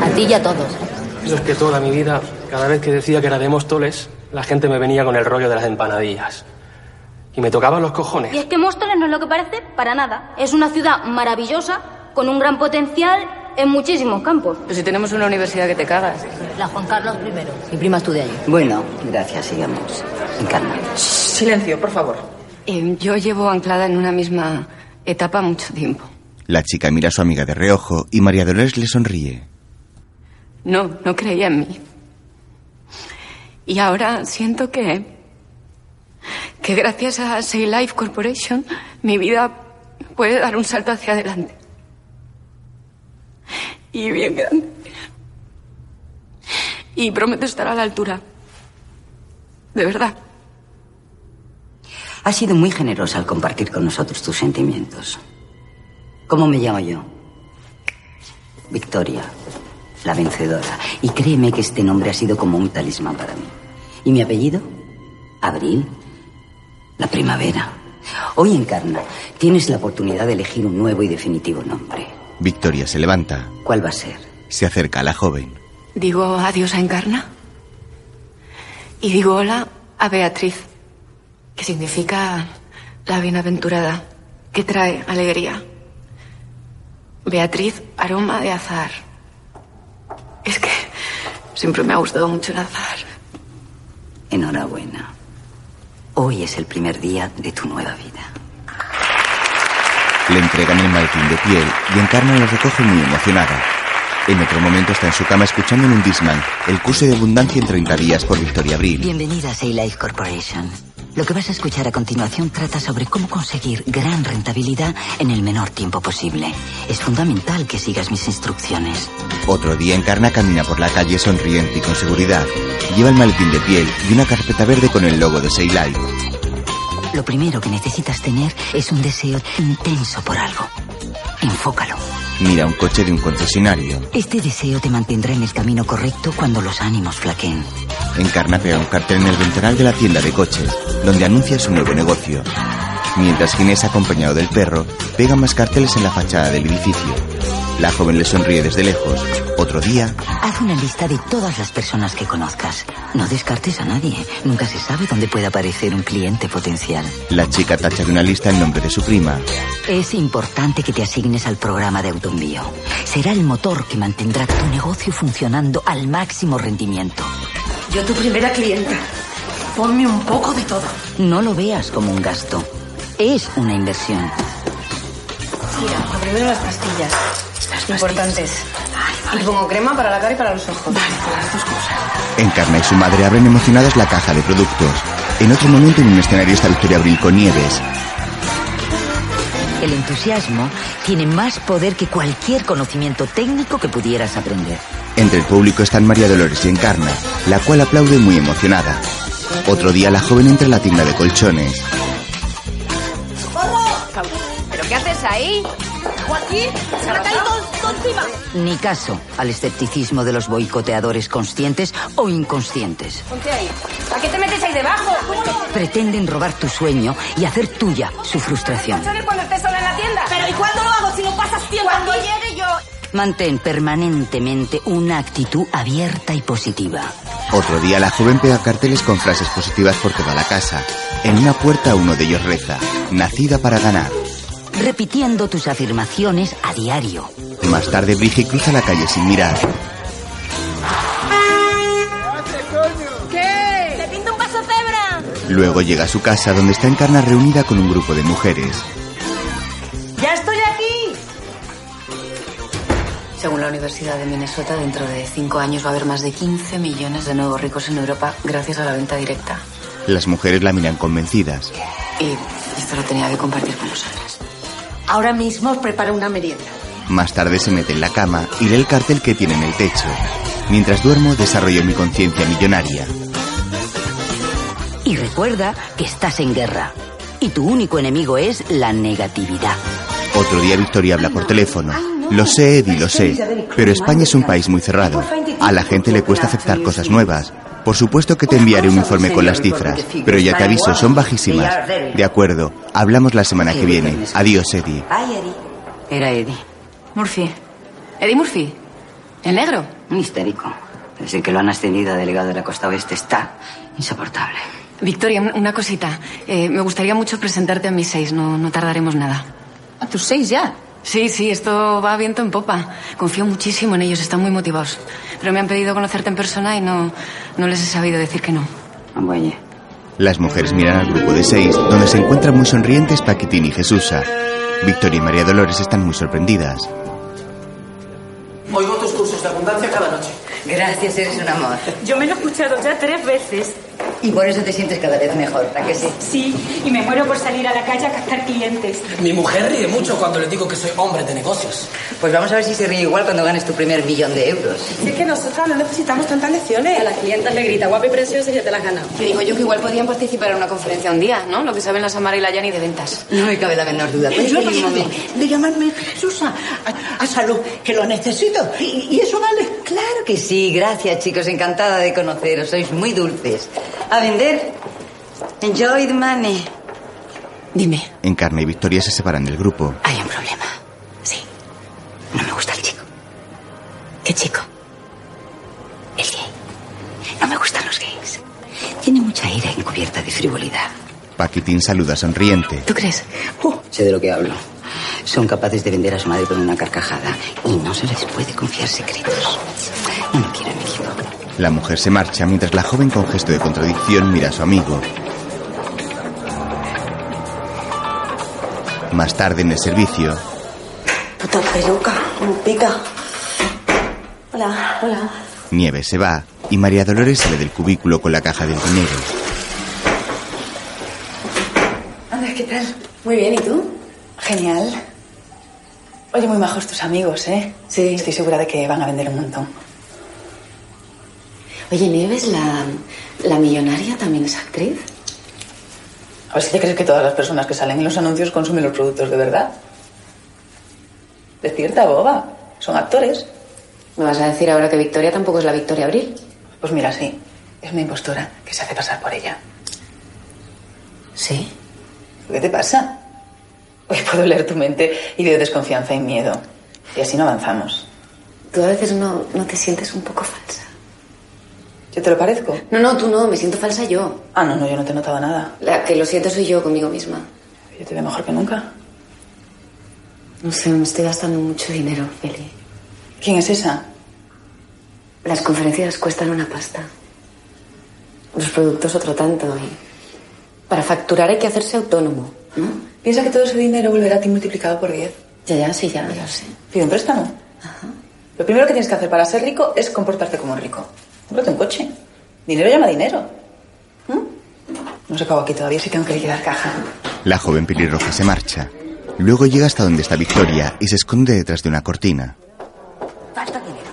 A ti y a todos.
Yo es que toda mi vida, cada vez que decía que era de Móstoles, la gente me venía con el rollo de las empanadillas. Y me tocaban los cojones.
Y es que Móstoles no es lo que parece para nada. Es una ciudad maravillosa, con un gran potencial en muchísimos campos.
Pero si tenemos una universidad que te cagas.
La Juan Carlos I.
Mi prima estudia allí. Bueno, gracias, sigamos. Encarna.
Silencio, por favor. Eh, yo llevo anclada en una misma etapa mucho tiempo.
La chica mira a su amiga de reojo y María Dolores le sonríe.
No, no creía en mí. Y ahora siento que. que gracias a Say Life Corporation mi vida puede dar un salto hacia adelante. Y bien grande. Y prometo estar a la altura. De verdad.
Has sido muy generosa al compartir con nosotros tus sentimientos. ¿Cómo me llamo yo? Victoria, la vencedora. Y créeme que este nombre ha sido como un talismán para mí. ¿Y mi apellido? Abril, la primavera. Hoy encarna, tienes la oportunidad de elegir un nuevo y definitivo nombre.
Victoria se levanta.
¿Cuál va a ser?
Se acerca a la joven.
Digo adiós a Encarna. Y digo hola a Beatriz, que significa la bienaventurada, que trae alegría. Beatriz, aroma de azar. Es que siempre me ha gustado mucho el azar.
Enhorabuena. Hoy es el primer día de tu nueva vida.
Le entregan el maletín de piel y Encarna lo recoge muy emocionada. En otro momento está en su cama escuchando en un Disman el curso de abundancia en 30 días por Victoria Abril.
Bienvenida a Say Life Corporation. Lo que vas a escuchar a continuación trata sobre cómo conseguir gran rentabilidad en el menor tiempo posible. Es fundamental que sigas mis instrucciones.
Otro día Encarna camina por la calle sonriente y con seguridad. Lleva el maletín de piel y una carpeta verde con el logo de Say Life.
Lo primero que necesitas tener es un deseo intenso por algo. Enfócalo.
Mira un coche de un concesionario.
Este deseo te mantendrá en el camino correcto cuando los ánimos flaqueen.
Encarna pega un cartel en el ventanal de la tienda de coches, donde anuncia su nuevo negocio. mientras Ginés, acompañado del perro, pega más carteles en la fachada del edificio. La joven le sonríe desde lejos. Otro día,
Haz una lista de todas las personas que conozcas. No descartes a nadie. Nunca se sabe dónde puede aparecer un cliente potencial.
la chica tacha de una lista el nombre de su prima.
Es importante que te asignes al programa de autoenvío. Será el motor que mantendrá tu negocio funcionando al máximo rendimiento.
Yo tu primera clienta. Ponme un poco de todo.
No lo veas como un gasto. Es una inversión.
Mira, lo primero las pastillas. Las importantes.
Y pongo crema para la cara y para los ojos.
pues
Encarna y su madre abren emocionadas la caja de productos. En otro momento en un escenario está Victoria Abril con Nieves.
El entusiasmo tiene más poder que cualquier conocimiento técnico que pudieras aprender.
Entre el público están María Dolores y Encarna, la cual aplaude muy emocionada. Otro día la joven entra en la tienda de colchones.
¿Pero qué haces ahí? Joaquín, se ha caído encima.
Ni caso al escepticismo de los boicoteadores conscientes o inconscientes.
Ponte ahí. ¿A qué te metes ahí debajo?
Pretenden robar tu sueño y hacer tuya su frustración.
saber cuando estés sola en la tienda? Pero ¿y cuándo lo hago si no pasas tiempo? Cuando llegue yo.
Mantén permanentemente una actitud abierta y positiva.
Otro día la joven pega carteles con frases positivas por toda la casa. En una puerta uno de ellos reza, nacida para ganar.
repitiendo tus afirmaciones a diario.
Más tarde Brigi cruza la calle sin mirar.
¿Qué? ¡Le pinto un paso cebra!
Luego llega a su casa donde está Encarna reunida con un grupo de mujeres.
¡Ya estoy aquí!
Según la Universidad de Minnesota, dentro de cinco años va a haber más de 15 millones de nuevos ricos en Europa gracias a la venta directa.
Las mujeres la miran convencidas.
Y esto lo tenía que compartir con nosotros.
Ahora mismo os preparo una merienda.
Más tarde se mete en la cama y lee el cartel que tiene en el techo. Mientras duermo desarrollo mi conciencia millonaria.
Y recuerda que estás en guerra. Y tu único enemigo es la negatividad.
Otro día Victoria habla por teléfono. Lo sé, Eddie, lo sé. Pero España es un país muy cerrado. A la gente le cuesta aceptar cosas nuevas. Por supuesto que te enviaré un informe con las cifras, pero ya te aviso, son bajísimas. De acuerdo, hablamos la semana que viene. Adiós, Eddie.
Ay, Eddie. Era Eddie.
Murphy. Eddie Murphy. El negro.
Un histérico. Desde que lo han ascendido a delegado de la costa oeste está insoportable.
Victoria, un- una cosita. Eh, me gustaría mucho presentarte a mis seis. No, no tardaremos nada. ¿A tus seis ya? Sí, sí, esto va viento en popa. Confío muchísimo en ellos, están muy motivados. Pero me han pedido conocerte en persona y no, no les he sabido decir que no.
Oye.
Las mujeres miran al grupo de seis, donde se encuentran muy sonrientes Paquitín y Jesusa. Victoria y María Dolores están muy sorprendidas.
Oigo tus cursos de abundancia cada noche.
Gracias, eres un amor.
Yo me lo he escuchado ya tres veces.
Y por eso te sientes cada vez mejor, ¿a que sí?
Sí, y me muero por salir a la calle a captar clientes. Mi mujer ríe mucho cuando le digo que soy hombre de negocios.
Pues vamos a ver si se ríe igual cuando ganes tu primer millón de euros.
Es que nosotras no necesitamos tantas lecciones. A las clientas le grita guapa y preciosa y ya te las ganado.
Que digo yo que igual podían participar en una conferencia un día, ¿no? Lo que saben la Samara y la Yani de ventas.
No me cabe la menor duda. Pues
Pero
Yo he
espera un
pasado de, de llamarme Susa a, a salud, que lo necesito. Y, y eso vale.
Claro que sí, gracias chicos, encantada de conoceros, sois muy dulces. A vender. Enjoy the money.
Dime.
Encarna y Victoria se separan del grupo.
Hay un problema. Sí. No me gusta el chico. ¿Qué chico?
El gay. No me gustan los gays. Tiene mucha ira encubierta de frivolidad.
Paquitín saluda sonriente.
¿Tú crees?
Oh,
sé de lo que hablo. Son capaces de vender a su madre con una carcajada y no se les puede confiar secretos. No me quiero en mi equipo.
La mujer se marcha mientras la joven con gesto de contradicción mira a su amigo. Más tarde en el servicio,
Puta peluca, un pica. Hola, hola.
Nieves se va y María Dolores sale del cubículo con la caja del dinero.
Anda, ¿qué tal? Muy bien, ¿y tú? Genial. Oye, muy majos tus amigos, ¿eh? Sí. Estoy segura de que van a vender un montón.
Oye, Nieves, la, la millonaria también es actriz.
A ver si te crees que todas las personas que salen en los anuncios consumen los productos de verdad. Despierta, boba. Son actores.
¿Me vas a decir ahora que Victoria tampoco es la Victoria Abril?
Pues mira, sí. Es una impostora que se hace pasar por ella.
Sí.
¿Qué te pasa? Hoy Pues puedo leer tu mente y veo desconfianza y miedo. Y así no avanzamos.
Tú a veces no, no te sientes un poco falsa.
¿Yo te lo parezco?
No, no, tú no, me siento falsa yo.
Ah, no, no, yo no te he notado nada.
La que lo siento soy yo conmigo misma.
Yo te veo mejor que nunca.
No sé, me estoy gastando mucho dinero, Feli.
¿Quién es esa?
Las conferencias cuestan una pasta. Los productos otro tanto. y Para facturar hay que hacerse autónomo, ¿no?
Piensa que todo ese dinero volverá a ti multiplicado por 10.
Ya, ya, sí, ya, ya lo sé.
Pide un préstamo. Lo primero que tienes que hacer para ser rico es comportarte como un rico. Cómprate un coche. Dinero llama dinero. ¿Mm? No se acabó aquí todavía, sí tengo que liquidar caja.
La joven pelirroja se marcha. Luego llega hasta donde está Victoria y se esconde detrás de una cortina.
Falta dinero.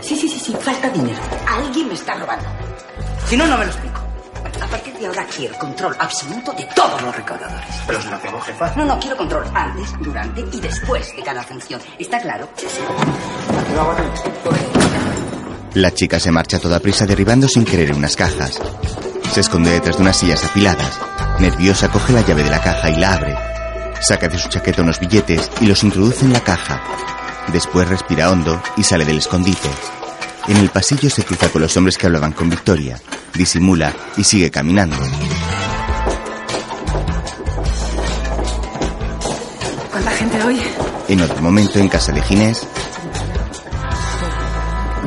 Sí, sí, sí, sí, falta dinero. Alguien me está robando. Si no, no me lo explico. A partir de ahora quiero control absoluto de todos los recaudadores.
Pero si no tengo jefa.
No, no, quiero control antes, durante y después de cada función. ¿Está claro?
La chica se marcha a toda prisa derribando sin querer unas cajas. Se esconde detrás de unas sillas apiladas. Nerviosa coge la llave de la caja y la abre. Saca de su chaqueta unos billetes y los introduce en la caja. Después respira hondo y sale del escondite. En el pasillo se cruza con los hombres que hablaban con Victoria. Disimula y sigue caminando.
¿Cuánta gente hoy?
En otro momento, en casa de Ginés,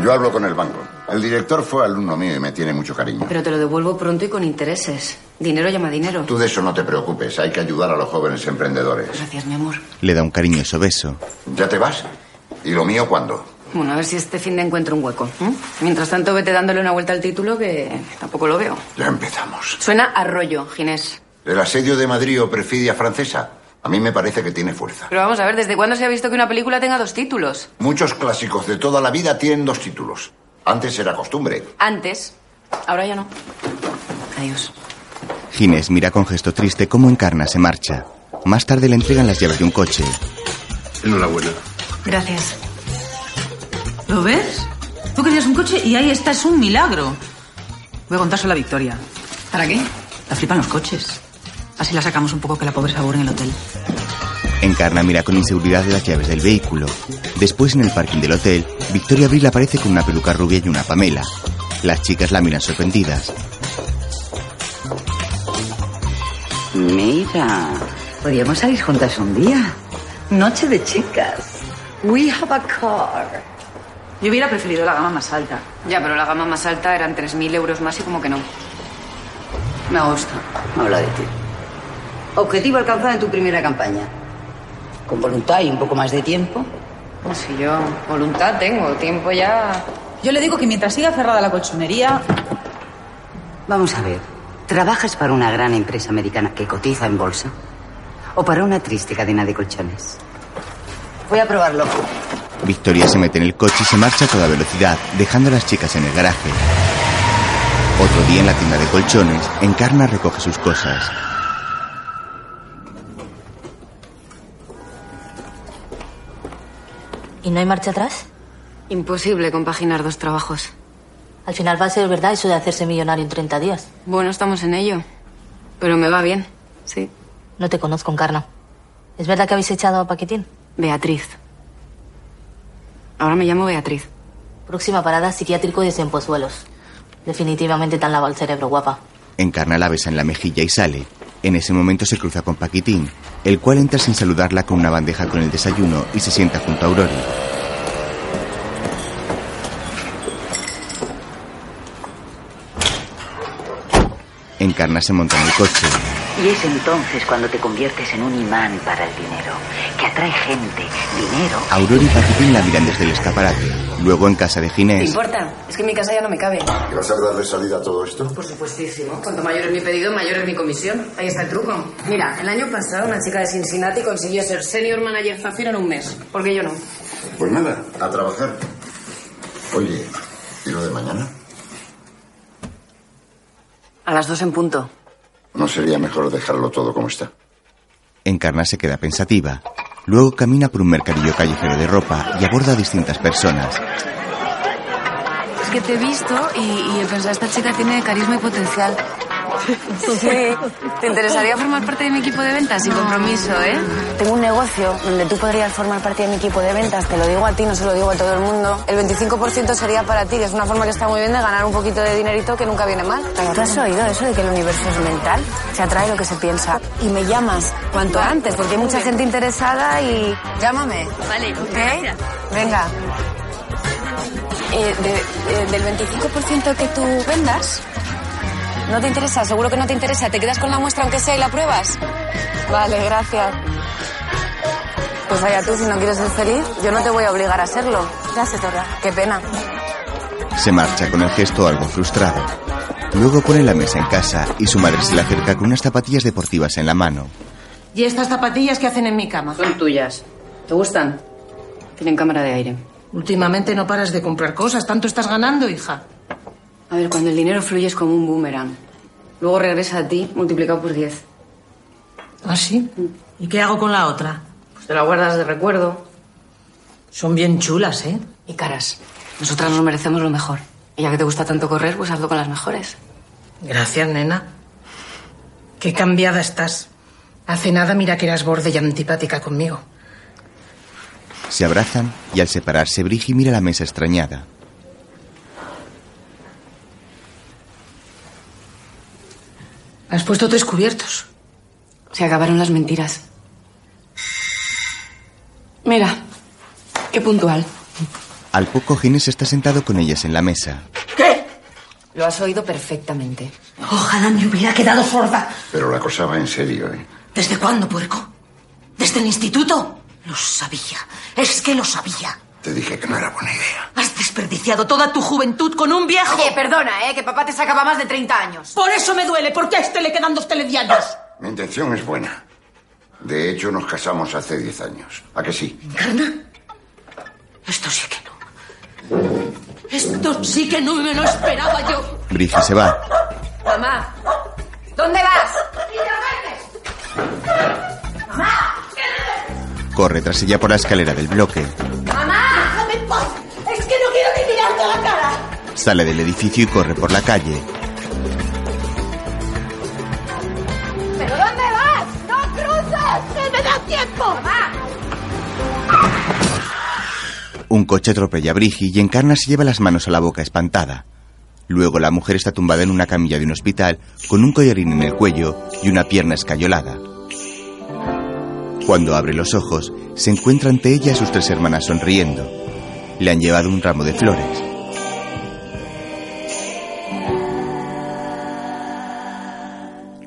Yo hablo con el banco. El director fue alumno mío y me tiene mucho cariño.
Pero te lo devuelvo pronto y con intereses. Dinero llama dinero.
Tú de eso no te preocupes. Hay que ayudar a los jóvenes emprendedores.
Gracias, mi amor.
le da un cariñoso beso.
¿Ya te vas? ¿Y lo mío cuándo?
Bueno, a ver si este fin de encuentro un hueco. ¿eh? Mientras tanto, vete dándole una vuelta al título que tampoco lo veo.
Ya empezamos.
Suena a rollo, Ginés.
¿El asedio de Madrid o perfidia francesa? A mí me parece que tiene fuerza.
Pero vamos a ver, ¿desde cuándo se ha visto que una película tenga dos títulos?
Muchos clásicos de toda la vida tienen dos títulos. Antes era costumbre.
Antes. Ahora ya no. Adiós.
Ginés mira con gesto triste cómo Encarna se marcha. Más tarde le entregan las llaves de un coche.
Enhorabuena.
Gracias. ¿Lo ves? Tú querías un coche y ahí está, es un milagro. Voy a contárselo a Victoria.
¿Para qué?
La flipan los coches. Así la sacamos un poco que la pobre se aburre en el hotel.
Encarna mira con inseguridad las llaves del vehículo. Después, en el parking del hotel, Victoria Abril aparece con una peluca rubia y una pamela. Las chicas la miran sorprendidas.
Mira, podríamos salir juntas un día. Noche de chicas. We have a car.
Yo hubiera preferido la gama más alta.
Ya, pero la gama más alta eran 3.000 euros más y como que no.
Me gusta. Habla de ti. Objetivo alcanzado en tu primera campaña. Con voluntad y un poco más de tiempo.
Oh,
No sé yo. Voluntad tengo, tiempo ya.
Yo le digo que mientras siga cerrada la colchonería,
Vamos a ver. ¿Trabajas para una gran empresa americana que cotiza en bolsa? ¿O para una triste cadena de colchones? Voy a probarlo.
Victoria se mete en el coche y se marcha a toda velocidad, dejando a las chicas en el garaje. Otro día en la tienda de colchones, Encarna recoge sus cosas.
¿Y no hay marcha atrás?
Imposible compaginar dos trabajos.
Al final va a ser verdad eso de hacerse millonario en 30 días.
Bueno, estamos en ello. Pero me va bien, sí.
No te conozco, Encarna. ¿Es verdad que habéis echado a Paquetín?
Beatriz. Ahora me llamo Beatriz.
Próxima parada, psiquiátrico de Ciempozuelos. Definitivamente te han lavado el cerebro, guapa.
Encarna la besa en la mejilla y sale. En ese momento se cruza con Paquitín, el cual entra sin saludarla con una bandeja con el desayuno y se sienta junto a Aurori. Encarna se monta en el coche.
Y es entonces cuando te conviertes en un imán para el dinero, que atrae gente, dinero.
Aurora y Paquitín la miran desde el escaparate. Luego en casa de
¿Te
Ginés,
importa? Es que en mi casa ya no me cabe.
¿Y vas a darle salida a todo esto?
Por
Pues
supuestísimo.
Cuanto mayor es mi pedido, mayor es mi comisión. Ahí está el truco.
Mira, el año pasado una chica de Cincinnati consiguió ser senior manager Zafiro en un mes. Porque yo no.
Pues nada, a trabajar. Oye, ¿y lo de mañana?
A las dos en punto.
¿No sería mejor dejarlo todo como está?
Encarna se queda pensativa. Luego camina por un mercadillo callejero de ropa y aborda a distintas personas.
Es que te he visto y, y he pensado, esta chica tiene carisma y potencial.
Sí.
¿Te interesaría formar parte de mi equipo de ventas sin compromiso, eh?
Tengo un negocio donde tú podrías formar parte de mi equipo de ventas. Te lo digo a ti, no se lo digo a todo el mundo. El 25% sería para ti, que es una forma que está muy bien de ganar un poquito de dinerito que nunca viene mal. ¿Tú has oído eso de que el universo es mental? Se atrae lo que se piensa. Y me llamas cuanto
Vale.
antes, porque hay mucha gente interesada y... Llámame.
Vale,
¿Ok? Venga. Eh, de- eh, del 25% que tú vendas, no te interesa, seguro que no te interesa. ¿Te quedas con la muestra aunque sea y la pruebas? Vale, gracias. Pues vaya tú, si no quieres ser feliz, yo no te voy a obligar a serlo. Ya se torra. Qué pena.
Se marcha con el gesto algo frustrado. Luego pone la mesa en casa y su madre se le acerca con unas zapatillas deportivas en la mano.
¿Y estas zapatillas que hacen en mi cama? Son tuyas. ¿Te gustan?
Tienen cámara de aire.
Últimamente no paras de comprar cosas. Tanto estás ganando, hija.
A ver, cuando el dinero fluye es como un boomerang. Luego regresa a ti multiplicado por 10.
¿Ah, sí? ¿Y qué hago con la otra?
Pues te la guardas de recuerdo.
Son bien chulas, ¿eh?
Y caras. Nosotras nos merecemos lo mejor. Y ya que te gusta tanto correr, pues hazlo con las mejores.
Gracias, nena. Qué cambiada estás. Hace nada mira que eras borde y antipática conmigo.
Se abrazan y al separarse Brigi mira la mesa extrañada.
Has puesto tres cubiertos.
Se acabaron las mentiras. Mira, qué puntual.
Al poco Ginés está sentado con ellas en la mesa.
Lo has oído perfectamente.
Ojalá me hubiera quedado sorda.
Pero la cosa va en serio, ¿eh?
¿Desde cuándo, puerco? ¿Desde el instituto? Lo sabía. Es que lo sabía.
Te dije que no era buena idea.
Has desperdiciado toda tu juventud con un viejo.
Oye, perdona, ¿eh? Que papá te sacaba más de 30 años.
Por eso me duele, porque a este le quedan dos telediarios.
Mi intención es buena. De hecho, nos casamos hace 10 años. ¿A que sí?
¿Encarna? Esto sí que no. Esto sí que no me lo esperaba yo.
Brigi se va.
Mamá, ¿dónde vas?
Corre tras ella por la escalera del bloque.
¡Mamá! ¡Déjame en paz! Ah, ¡Es que no quiero ni mirarte a la cara!
Sale del edificio y corre por la calle.
¿Pero dónde vas? ¡No cruces! ¡No me da tiempo!
Un coche atropella a Brigi y Encarna se lleva las manos a la boca espantada. Luego la mujer está tumbada en una camilla de un hospital con un collarín en el cuello y una pierna escayolada. Cuando abre los ojos, se encuentra ante ella a sus tres hermanas sonriendo. Le han llevado un ramo de flores.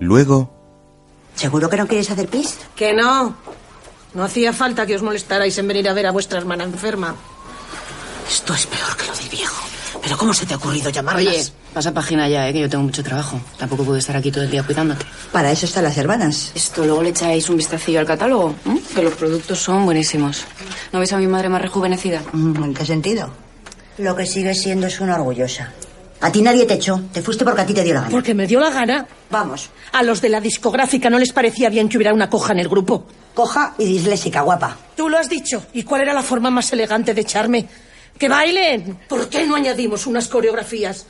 Luego,
¿Seguro que no quieres hacer pis?
Que no. No hacía falta que os molestarais en venir a ver a vuestra hermana enferma. Esto es peor que lo del viejo. ¿Pero cómo se te ha ocurrido llamarlas?
Oye, pasa página ya, ¿eh? que yo tengo mucho trabajo. Tampoco puedo estar aquí todo el día cuidándote.
Para eso están las hermanas.
Esto luego le echáis un vistacillo al catálogo, ¿eh? que los productos son buenísimos. ¿No veis a mi madre más rejuvenecida?
Mm, ¿En qué sentido? Lo que sigue siendo es una orgullosa. A ti nadie te echó. Te fuiste porque a ti te dio la gana.
Porque me dio la gana.
Vamos.
A los de la discográfica no les parecía bien que hubiera una coja en el grupo.
Coja y disléxica, guapa.
Tú lo has dicho. ¿Y cuál era la forma más elegante de echarme? ¡Que bailen! ¿Por qué no añadimos unas coreografías?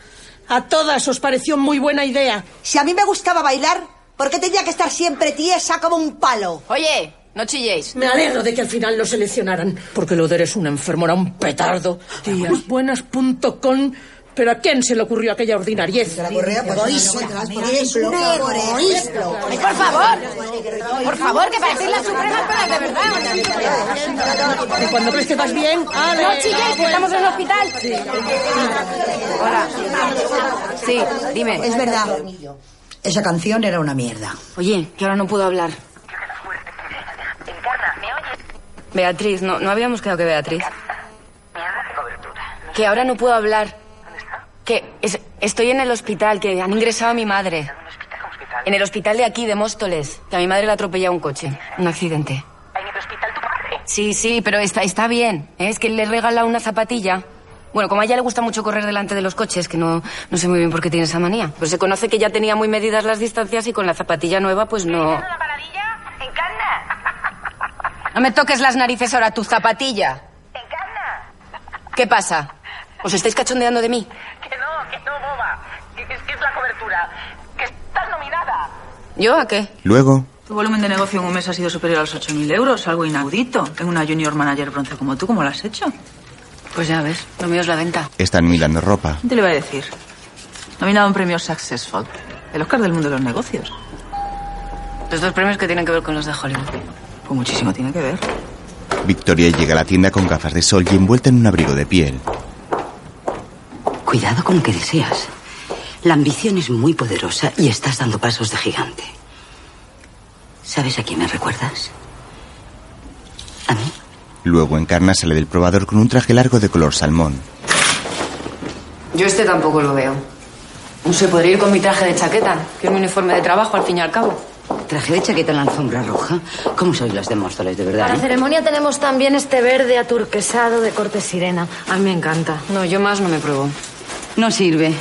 A todas os pareció muy buena idea.
Si a mí me gustaba bailar, ¿por qué tenía que estar siempre tiesa como un palo?
Oye, no chilléis.
Me alegro de que al final lo seleccionaran, porque lo de eres una enfermora, un petardo. Tíasbuenas.com. Pero ¿a quién se le ocurrió aquella ordinariez?
pues,
Eres una egoísta.
Ay, por favor, por favor, que parecéis las supremas penas de verdad.
Y cuando crees que vas bien, ale, pues
no chilléis, que estamos en el hospital. Ahora,
Sí, dime.
Es verdad. Esa canción era una mierda.
Oye, que ahora no puedo hablar. Beatriz, no, no habíamos quedado que Beatriz. Que ahora no puedo hablar. Que es- estoy en el hospital, que han ingresado a mi madre. En el hospital de aquí, de Móstoles. Que a mi madre le atropella un coche. Un accidente. Sí, sí, pero está, está bien. ¿eh? Es que le he regalado una zapatilla. Bueno, como a ella le gusta mucho correr delante de los coches, que no, no sé muy bien por qué tiene esa manía. Pero Pues se conoce que ya tenía muy medidas las distancias y con la zapatilla nueva, pues no. No me toques las narices ahora, tu zapatilla. ¿Qué pasa? ¿Os estáis cachondeando de mí?
Que no, que no, boba. Que, es que es la cobertura. Que estás
¿Yo a qué?
Luego,
Tu volumen de negocio en un mes ha sido superior a los 8.000 euros, algo inaudito. En una junior manager bronce como tú, ¿cómo lo has hecho?
Pues ya ves, lo mío es la venta.
están mirando ropa.
¿Quién te lo iba a decir? Nominado a un premio Successful, el Oscar del mundo de los negocios.
Los dos premios que tienen que ver con los de Hollywood.
Pues muchísimo tiene que ver.
Victoria llega a la tienda con gafas de sol y envuelta en un abrigo de piel.
Cuidado con lo que deseas. La ambición es muy poderosa y estás dando pasos de gigante. ¿Sabes a quién me recuerdas?
Luego Encarna sale del probador con un traje largo de color salmón.
Yo este tampoco lo veo. No sé, podría ir con mi traje de chaqueta, que es mi uniforme de trabajo al fin y al cabo.
Traje de chaqueta en la alfombra roja. ¿Cómo sois las de Móstoles, de verdad?
Para
eh?
ceremonia tenemos también este verde aturquesado de corte sirena. A mí me encanta.
No, yo más no me pruebo.
No sirve.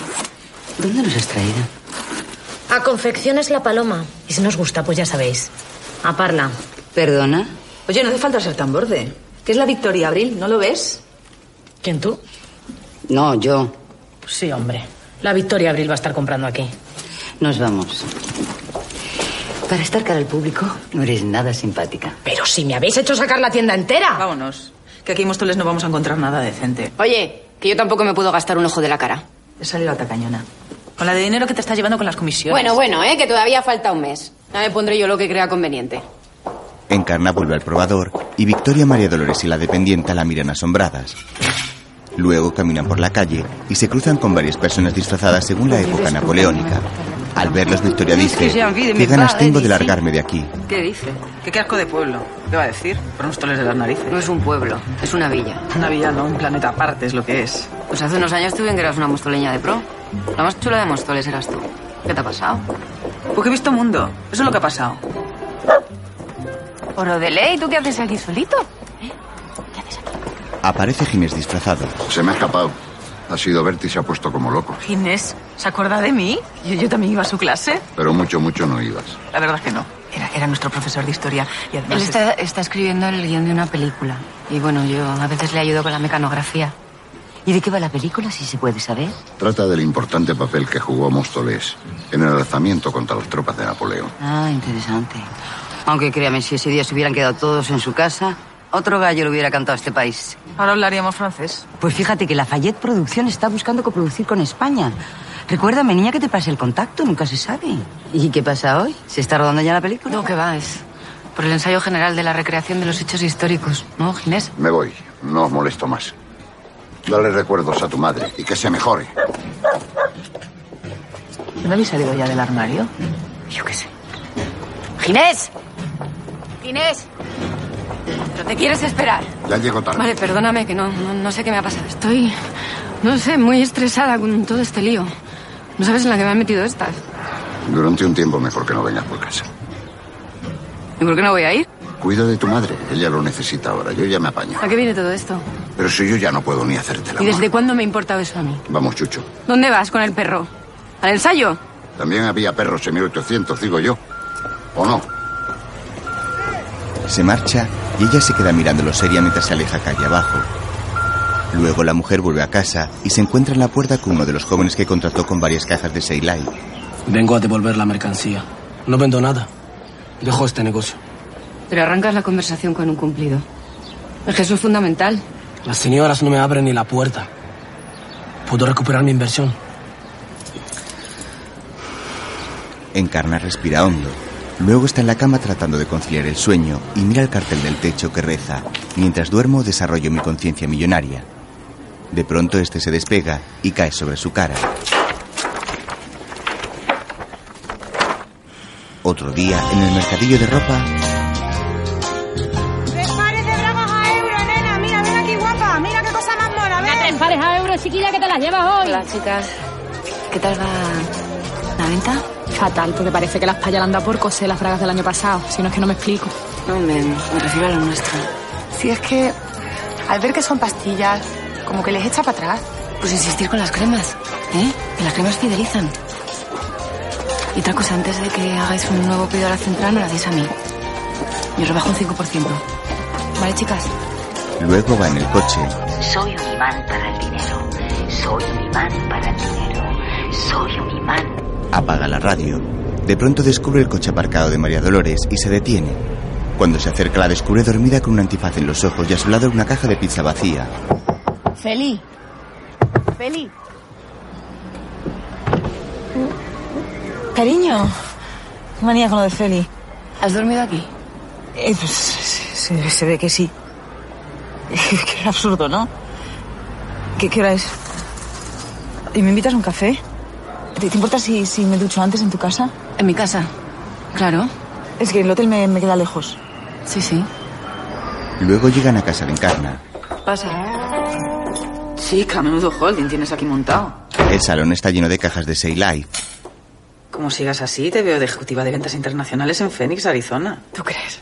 ¿Dónde nos has traído?
A confecciones la paloma. Y si nos gusta, pues ya sabéis. A Parla.
¿Perdona?
Oye, no hace falta ser tan borde. ¿Qué es la Victoria Abril? ¿No lo ves?
¿Quién tú?
No, yo.
Sí, hombre. La Victoria Abril va a estar comprando aquí.
Nos vamos. Para estar cara al público, no eres nada simpática.
Pero si me habéis hecho sacar la tienda entera.
Vámonos. Que aquí en Móstoles no vamos a encontrar nada decente.
Oye, que yo tampoco me puedo gastar un ojo de la cara.
He salido a tacañona. Con la de dinero que te estás llevando con las comisiones.
Bueno, bueno, ¿eh? que todavía falta un mes. Ya me pondré yo lo que crea conveniente.
Encarna vuelve al probador y Victoria, María Dolores y la dependienta la miran asombradas. Luego caminan por la calle y se cruzan con varias personas disfrazadas según la época napoleónica. Al verlos, Victoria dice, qué ganas tengo de largarme de aquí.
¿Qué dice? ¿Qué, qué asco de pueblo? ¿Qué va a decir? Por unos toles de las narices.
No es un pueblo, es una villa.
Una villa, no, un planeta aparte es lo que es.
Pues hace unos años tuve en que eras una mostoleña de pro. La más chula de Mostoles eras tú. ¿Qué te ha pasado?
Porque Pues he visto mundo. Eso es lo que ha pasado.
Oro de ley, ¿tú qué haces aquí solito?
Aparece Ginés disfrazado.
Se me ha escapado. Ha sido Berti y se ha puesto como loco.
Ginés, ¿se acuerda de mí? Yo, yo también iba a su clase.
Pero mucho, mucho no ibas.
La verdad es que no. Era, era nuestro profesor de historia y además...
Él está, está escribiendo el guión de una película. Y bueno, yo a veces le ayudo con la mecanografía.
¿Y de qué va la película, si se puede saber?
Trata del importante papel que jugó Móstoles en el alzamiento contra las tropas de Napoleón.
Ah, interesante. Aunque créame, si ese día se hubieran quedado todos en su casa, otro gallo lo hubiera cantado a este país.
Ahora hablaríamos francés.
Pues fíjate que Lafayette Producción está buscando coproducir con España. Recuérdame, niña, que te pase el contacto, nunca se sabe. ¿Y qué pasa hoy? ¿Se está rodando ya la película?
No, que va, es por el ensayo general de la recreación de los hechos históricos. ¿No, Ginés?
Me voy. No os molesto más. Dale recuerdos a tu madre y que se mejore.
¿No habéis salido ya del armario?
Yo qué sé. ¡Ginés! ¡Ginés! ¿Pero te quieres esperar?
Ya llego tarde.
Vale, perdóname, que no, no, no sé qué me ha pasado. Estoy, no sé, muy estresada con todo este lío. No sabes en la que me han metido estas.
Durante un tiempo mejor que no vengas por casa.
¿Y por qué no voy a ir?
Cuida de tu madre. Ella lo necesita ahora. Yo ya me apaño.
¿A qué viene todo esto?
Pero si yo ya no puedo ni hacértela.
¿Y desde cuándo me ha importado eso a mí?
Vamos, Chucho.
¿Dónde vas con el perro? ¿Al ensayo?
También había perros en 1800, digo yo. ¿O no?
Se marcha y ella se queda mirándolo seria mientras se aleja calle abajo. Luego la mujer vuelve a casa y se encuentra en la puerta con uno de los jóvenes que contrató con varias cajas de Seilai.
Vengo a devolver la mercancía. No vendo nada. Dejo este negocio.
Pero arrancas la conversación con un cumplido. Es que eso es fundamental.
Las señoras no me abren ni la puerta. Puedo recuperar mi inversión.
Encarna respira hondo. Luego está en la cama tratando de conciliar el sueño y mira el cartel del techo que reza, mientras duermo desarrollo mi conciencia millonaria. De pronto este se despega y cae sobre su cara. Otro día, en el mercadillo de ropa,
Tres pares de bragas a euro, nena. Mira, ven aquí, guapa. Mira qué cosa más mola, ven. Tres pares a euro, chiquilla, que te las llevas hoy.
Hola, chicas. ¿Qué tal va la venta?
Fatal, porque parece que las payas le han dado por coser las fragas del año pasado. Si no es que no me explico.
No, me, me refiero a lo nuestro.
Si es que al ver que son pastillas, como que les echa para atrás.
Pues insistir con las cremas, ¿eh? Que las cremas fidelizan. Y otra cosa, antes de que hagáis un nuevo pedido a la central, me lo hacéis a mí. Yo os rebajo un 5%. ¿Vale, chicas?
luego va en el coche.
Soy un imán para el dinero. Soy un imán para el dinero. Soy un imán.
Apaga la radio. De pronto descubre el coche aparcado de María Dolores y se detiene. Cuando se acerca la descubre dormida con un antifaz en los ojos y a su lado una caja de pizza vacía.
Feli. Feli.
Cariño, qué manía con lo de Feli.
¿Has dormido aquí?
Eh, pues, se, se- se ve que sí. Qué absurdo, ¿no? ¿Qué, qué hora es? ¿Y me invitas a un café? ¿Te, te importa si, si me ducho antes en tu casa?
En mi casa, claro.
Es que el hotel me, me queda lejos.
Sí, sí.
Luego llegan a casa de Encarna.
Pasa. Chica, menudo holding tienes aquí montado.
El salón está lleno de cajas de Say Life.
Como sigas así, te veo de ejecutiva de ventas internacionales en Phoenix, Arizona.
¿Tú crees?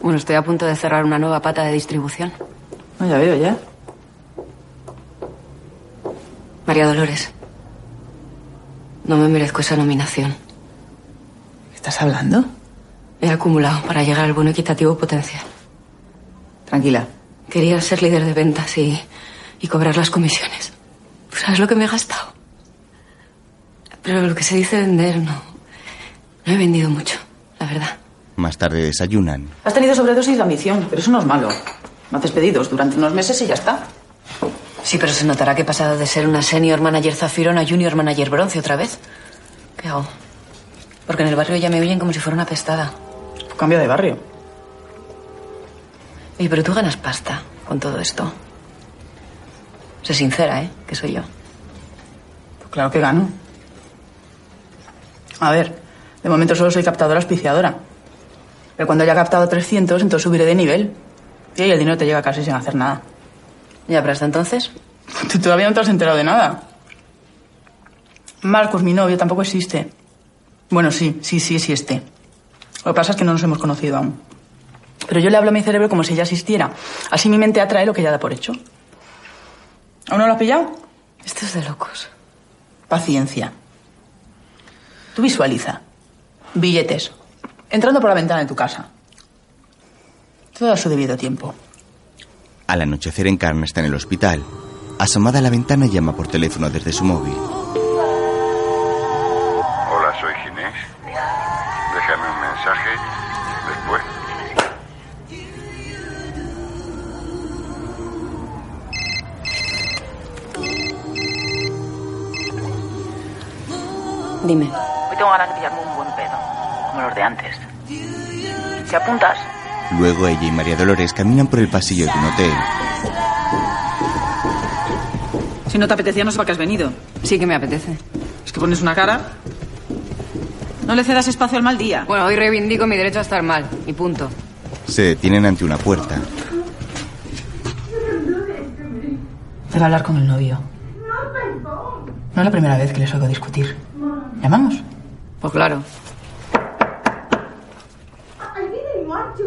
Bueno, estoy a punto de cerrar una nueva pata de distribución.
Ah,
No, ya veo, ya.
María Dolores. No me merezco esa nominación.
¿Estás hablando?
He acumulado para llegar al bono equitativo potencial.
Tranquila.
Quería ser líder de ventas y, y cobrar las comisiones. ¿Tú sabes lo que me he gastado? Pero lo que se dice vender, no. No he vendido mucho, la verdad.
Más tarde desayunan.
Has tenido sobredosis de ambición, pero eso no es malo. No haces pedidos durante unos meses y ya está.
Sí, pero se notará que he pasado de ser una senior manager zafiro a una junior manager bronce otra vez. ¿Qué hago? Porque en el barrio ya me oyen como si fuera una pestada.
Cambia de barrio.
Oye, pero tú ganas pasta con todo esto. Sé sincera, ¿eh? Que soy yo.
Pues claro que gano. A ver, de momento solo soy captadora auspiciadora. Pero cuando haya captado 300, entonces subiré de nivel. Y ahí el dinero te llega casi sin hacer nada.
Ya, pero hasta entonces.
Tú todavía no te has enterado de nada. Marcos, mi novio, tampoco existe. Bueno, sí, sí, sí existe. Lo que pasa es que no nos hemos conocido aún. Pero yo le hablo a mi cerebro como si ya existiera. Así mi mente atrae lo que ya da por hecho. ¿Aún no lo has pillado?
Esto es de locos.
Paciencia. Tú visualiza. Billetes. Entrando por la ventana de tu casa. Todo a su debido tiempo.
Al anochecer Encarna está en el hospital. Asomada a la ventana llama por teléfono desde su móvil.
Hola, soy Ginés. Déjame un mensaje después.
Dime.
Hoy tengo ganas de pillarme un buen pedo. Como los de antes. Si apuntas,
Luego ella y María Dolores caminan por el pasillo de un hotel.
Si no te apetecía, no sé para qué has venido.
Sí que me apetece.
Es que pones una cara. No le cedas espacio al mal día.
Bueno, hoy reivindico mi derecho a estar mal. Y punto.
Se detienen ante una puerta.
debe hablar con el novio. No es la primera vez que les oigo discutir. ¿Llamamos?
Pues claro.
I didn't want to.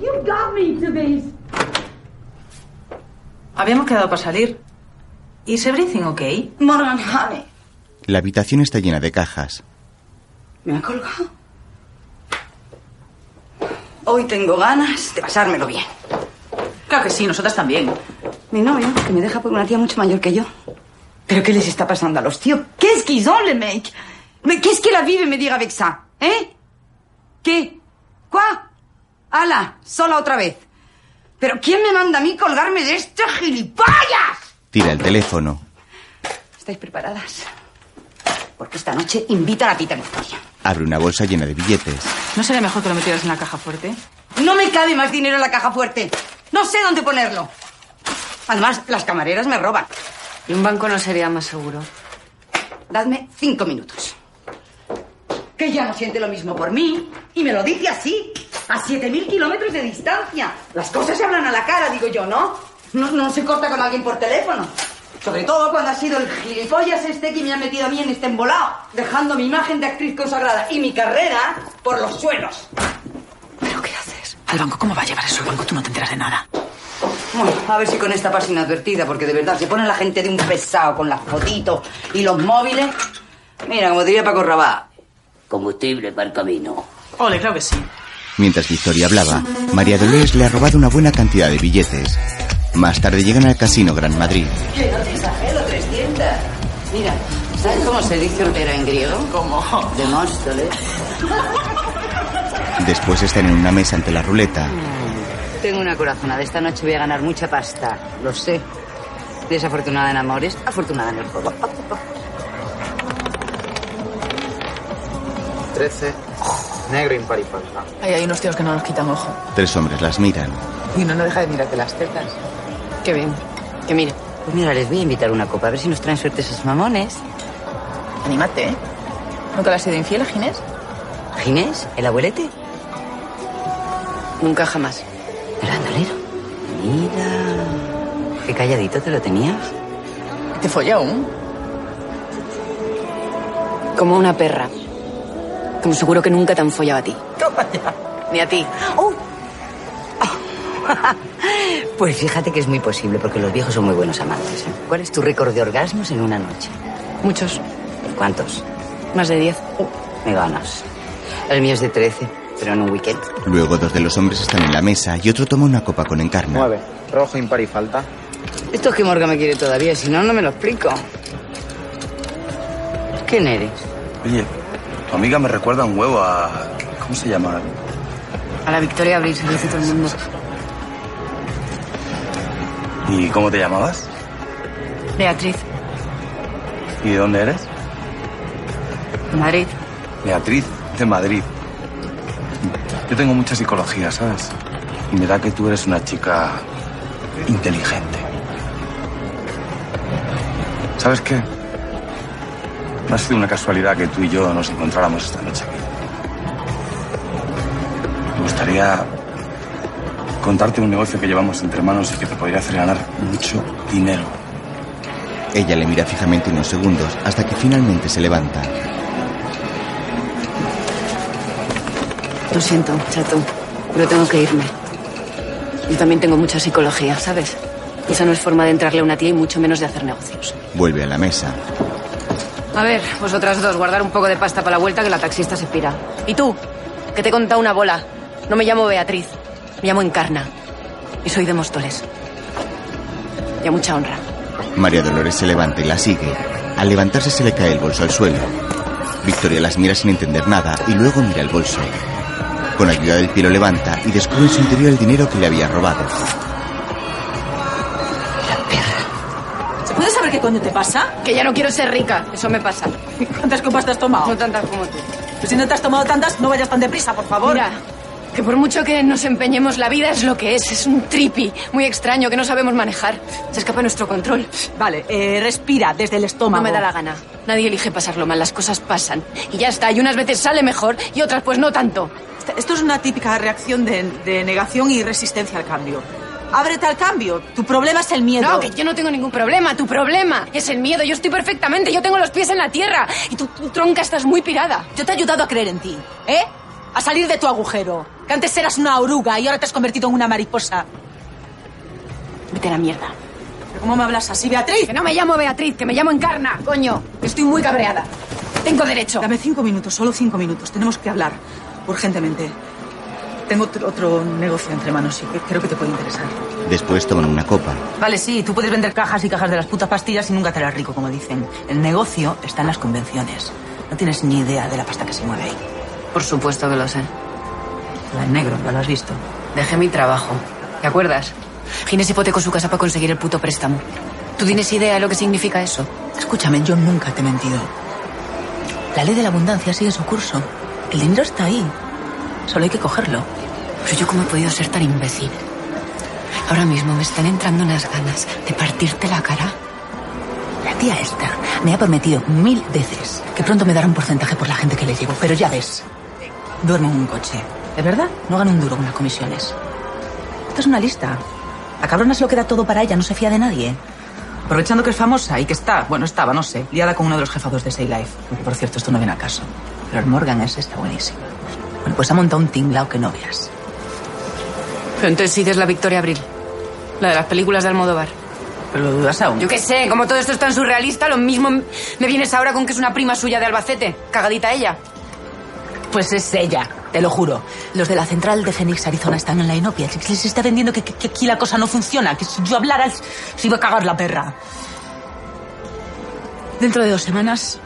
You got me to this.
Habíamos quedado para salir. ¿Is everything okay?
Morgan, honey.
La habitación está llena de cajas.
¿Me ha colgado? Hoy tengo ganas de pasármelo bien.
Claro que sí, nosotras también.
Mi novio, que me deja por una tía mucho mayor que yo. ¿Pero qué les está pasando a los tíos? ¿Qué es qu'ils ont, les mecs? Mais qu'est-ce que la vie veut me dire avec ça? ¿Eh? ¿Qué? ¿Cuá? ¡Hala! Sola otra vez. ¿Pero quién me manda a mí colgarme de este gilipollas?
Tira el teléfono.
¿Estáis preparadas? Porque esta noche invita a la tita Victoria.
Abre una bolsa llena de billetes.
¿No sería mejor que lo metieras en la caja fuerte?
No me cabe más dinero en la caja fuerte. No sé dónde ponerlo. Además, las camareras me roban.
Y un banco no sería más seguro.
Dadme cinco minutos. Que ya no siente lo mismo por mí. Y me lo dice así, a 7.000 kilómetros de distancia. Las cosas se hablan a la cara, digo yo, ¿no? ¿no? No se corta con alguien por teléfono. Sobre todo cuando ha sido el gilipollas este que me ha metido a mí en este embolado, dejando mi imagen de actriz consagrada y mi carrera por los suelos.
Al banco, ¿cómo va a llevar eso al banco? Tú no te enteras de nada.
Bueno, a ver si con esta pasa inadvertida, porque de verdad se pone la gente de un pesado con las fotitos y los móviles. Mira, como diría Paco Rabá.
Combustible para el camino.
Ole, claro que sí.
Mientras Victoria hablaba, María Dolores le ha robado una buena cantidad de billetes. Más tarde llegan al casino Gran Madrid.
Que no te exagero, 300. Mira, ¿Sabes cómo se dice hortera en griego? ¿Cómo? De Móstoles.
Después están en una mesa ante la ruleta.
Tengo una corazonada. Esta noche voy a ganar mucha pasta. Lo sé. Desafortunada en amores, afortunada en el juego.
13. Negro impar y falta.
Ahí hay unos tíos que no nos quitan ojo.
Tres hombres las miran.
Y no, no deja de mirarte las tetas. Qué bien. Que mire.
Pues mira, les voy a invitar una copa, a ver si nos traen suerte esos mamones.
Anímate, ¿eh? ¿Nunca le has sido infiel a Ginés?
Ginés, el abuelete.
Nunca jamás.
El bandolero. Mira. Qué calladito te lo tenías.
¿Te follé aún? Como una perra. Como seguro que nunca te han follado a ti. Ni a ti. Oh,
Pues fíjate que es muy posible, porque los viejos son muy buenos amantes. ¿eh? ¿Cuál es tu récord de orgasmos en una noche?
Muchos.
¿Cuántos?
Más de diez.
Me ganas. El mío es de 13, pero en un weekend.
Luego dos de los hombres están en la mesa y otro toma una copa con encarna.
Rojo impar y falta.
Esto es que Morga me quiere todavía, si no, no me lo explico. ¿Quién eres?
Oye, tu amiga me recuerda un huevo a. ¿Cómo se llama?
A la victoria abrirse, dice todo el mundo.
¿Y cómo te llamabas?
Beatriz,
¿Y de dónde eres?
Madrid.
Beatriz, de Madrid. Yo tengo mucha psicología, ¿sabes? Y me da que tú eres una chica inteligente. ¿Sabes qué? No ha sido una casualidad que tú y yo nos encontráramos esta noche aquí. Me gustaría contarte un negocio que llevamos entre manos y que te podría hacer ganar mucho dinero.
Ella le mira fijamente unos segundos hasta que finalmente se levanta.
Lo siento, chato, pero tengo que irme. Yo también tengo mucha psicología, ¿sabes? Y esa no es forma de entrarle a una tía y mucho menos de hacer negocios.
Vuelve a la mesa.
A ver, vosotras dos, guardar un poco de pasta para la vuelta que la taxista se pira. ¿Y tú? Que te he contado una bola. No me llamo Beatriz, me llamo Encarna. Y soy de Móstoles. Y a mucha honra.
María Dolores se levanta y la sigue. Al levantarse se le cae el bolso al suelo. Victoria las mira sin entender nada y luego mira el bolso. Con ayuda del pie lo levanta y descubre en su interior el dinero que le había robado.
¿Puedes saber qué coño te pasa? Que ya no quiero ser rica, eso me pasa. ¿Cuántas copas te has tomado? No tantas como tú. Pues si no te has tomado tantas, no vayas tan deprisa, por favor. Mira, que por mucho que nos empeñemos, la vida es lo que es. Es un tripi muy extraño que no sabemos manejar. Se escapa de nuestro control. Vale, eh, respira desde el estómago. No me da la gana. Nadie elige pasarlo mal, las cosas pasan. Y ya está, y unas veces sale mejor y otras pues no tanto.
Esto es una típica reacción de, de negación y resistencia al cambio. Ábrete al cambio. Tu problema es el miedo.
No, que yo no tengo ningún problema. Tu problema es el miedo. Yo estoy perfectamente. Yo tengo los pies en la tierra. Y tú, tú, tronca, estás muy pirada.
Yo te he ayudado a creer en ti, ¿eh? A salir de tu agujero. Que antes eras una oruga y ahora te has convertido en una mariposa.
Vete a la mierda.
¿Pero cómo me hablas así, Beatriz?
Que no me llamo Beatriz, que me llamo Encarna, coño. Estoy muy cabreada. Tengo derecho.
Dame cinco minutos, solo cinco minutos. Tenemos que hablar. Urgentemente. Tengo otro, otro negocio entre manos y que creo que te puede interesar.
Después toman una copa.
Vale, sí, tú puedes vender cajas y cajas de las putas pastillas y nunca te harás rico, como dicen. El negocio está en las convenciones. No tienes ni idea de la pasta que se mueve ahí.
Por supuesto que lo sé.
La en negro, ya lo has visto.
Dejé mi trabajo. ¿Te acuerdas? Ginés hipotecó su casa para conseguir el puto préstamo. ¿Tú tienes idea de lo que significa eso?
Escúchame, yo nunca te he mentido. La ley de la abundancia sigue su curso. El dinero está ahí. Solo hay que cogerlo.
Pero yo cómo he podido ser tan imbécil. Ahora mismo me están entrando unas ganas de partirte la cara.
La tía esta me ha prometido mil veces que pronto me dará un porcentaje por la gente que le llevo, pero ya ves. Duermo en un coche. ¿Es verdad? No gano un duro con las comisiones. Esto es una lista. La cabrona se lo queda todo para ella, no se fía de nadie. Aprovechando que es famosa y que está, bueno, estaba, no sé, liada con uno de los jefados de Say Life. Que, Por cierto, esto no viene al caso. Pero el Morgan ese está buenísimo. Bueno, pues ha montado un tinglao que no veas.
Pero entonces sigues la Victoria Abril. La de las películas de Almodóvar.
Pero lo dudas aún.
Yo qué sé, como todo esto es tan surrealista, lo mismo m- me vienes ahora con que es una prima suya de Albacete. Cagadita ella.
Pues es ella, te lo juro. Los de la central de Phoenix, Arizona, están en la inopia. Se- Les está vendiendo que, que- que aquí la cosa no funciona, que si yo hablara se iba a cagar la perra. Dentro de dos semanas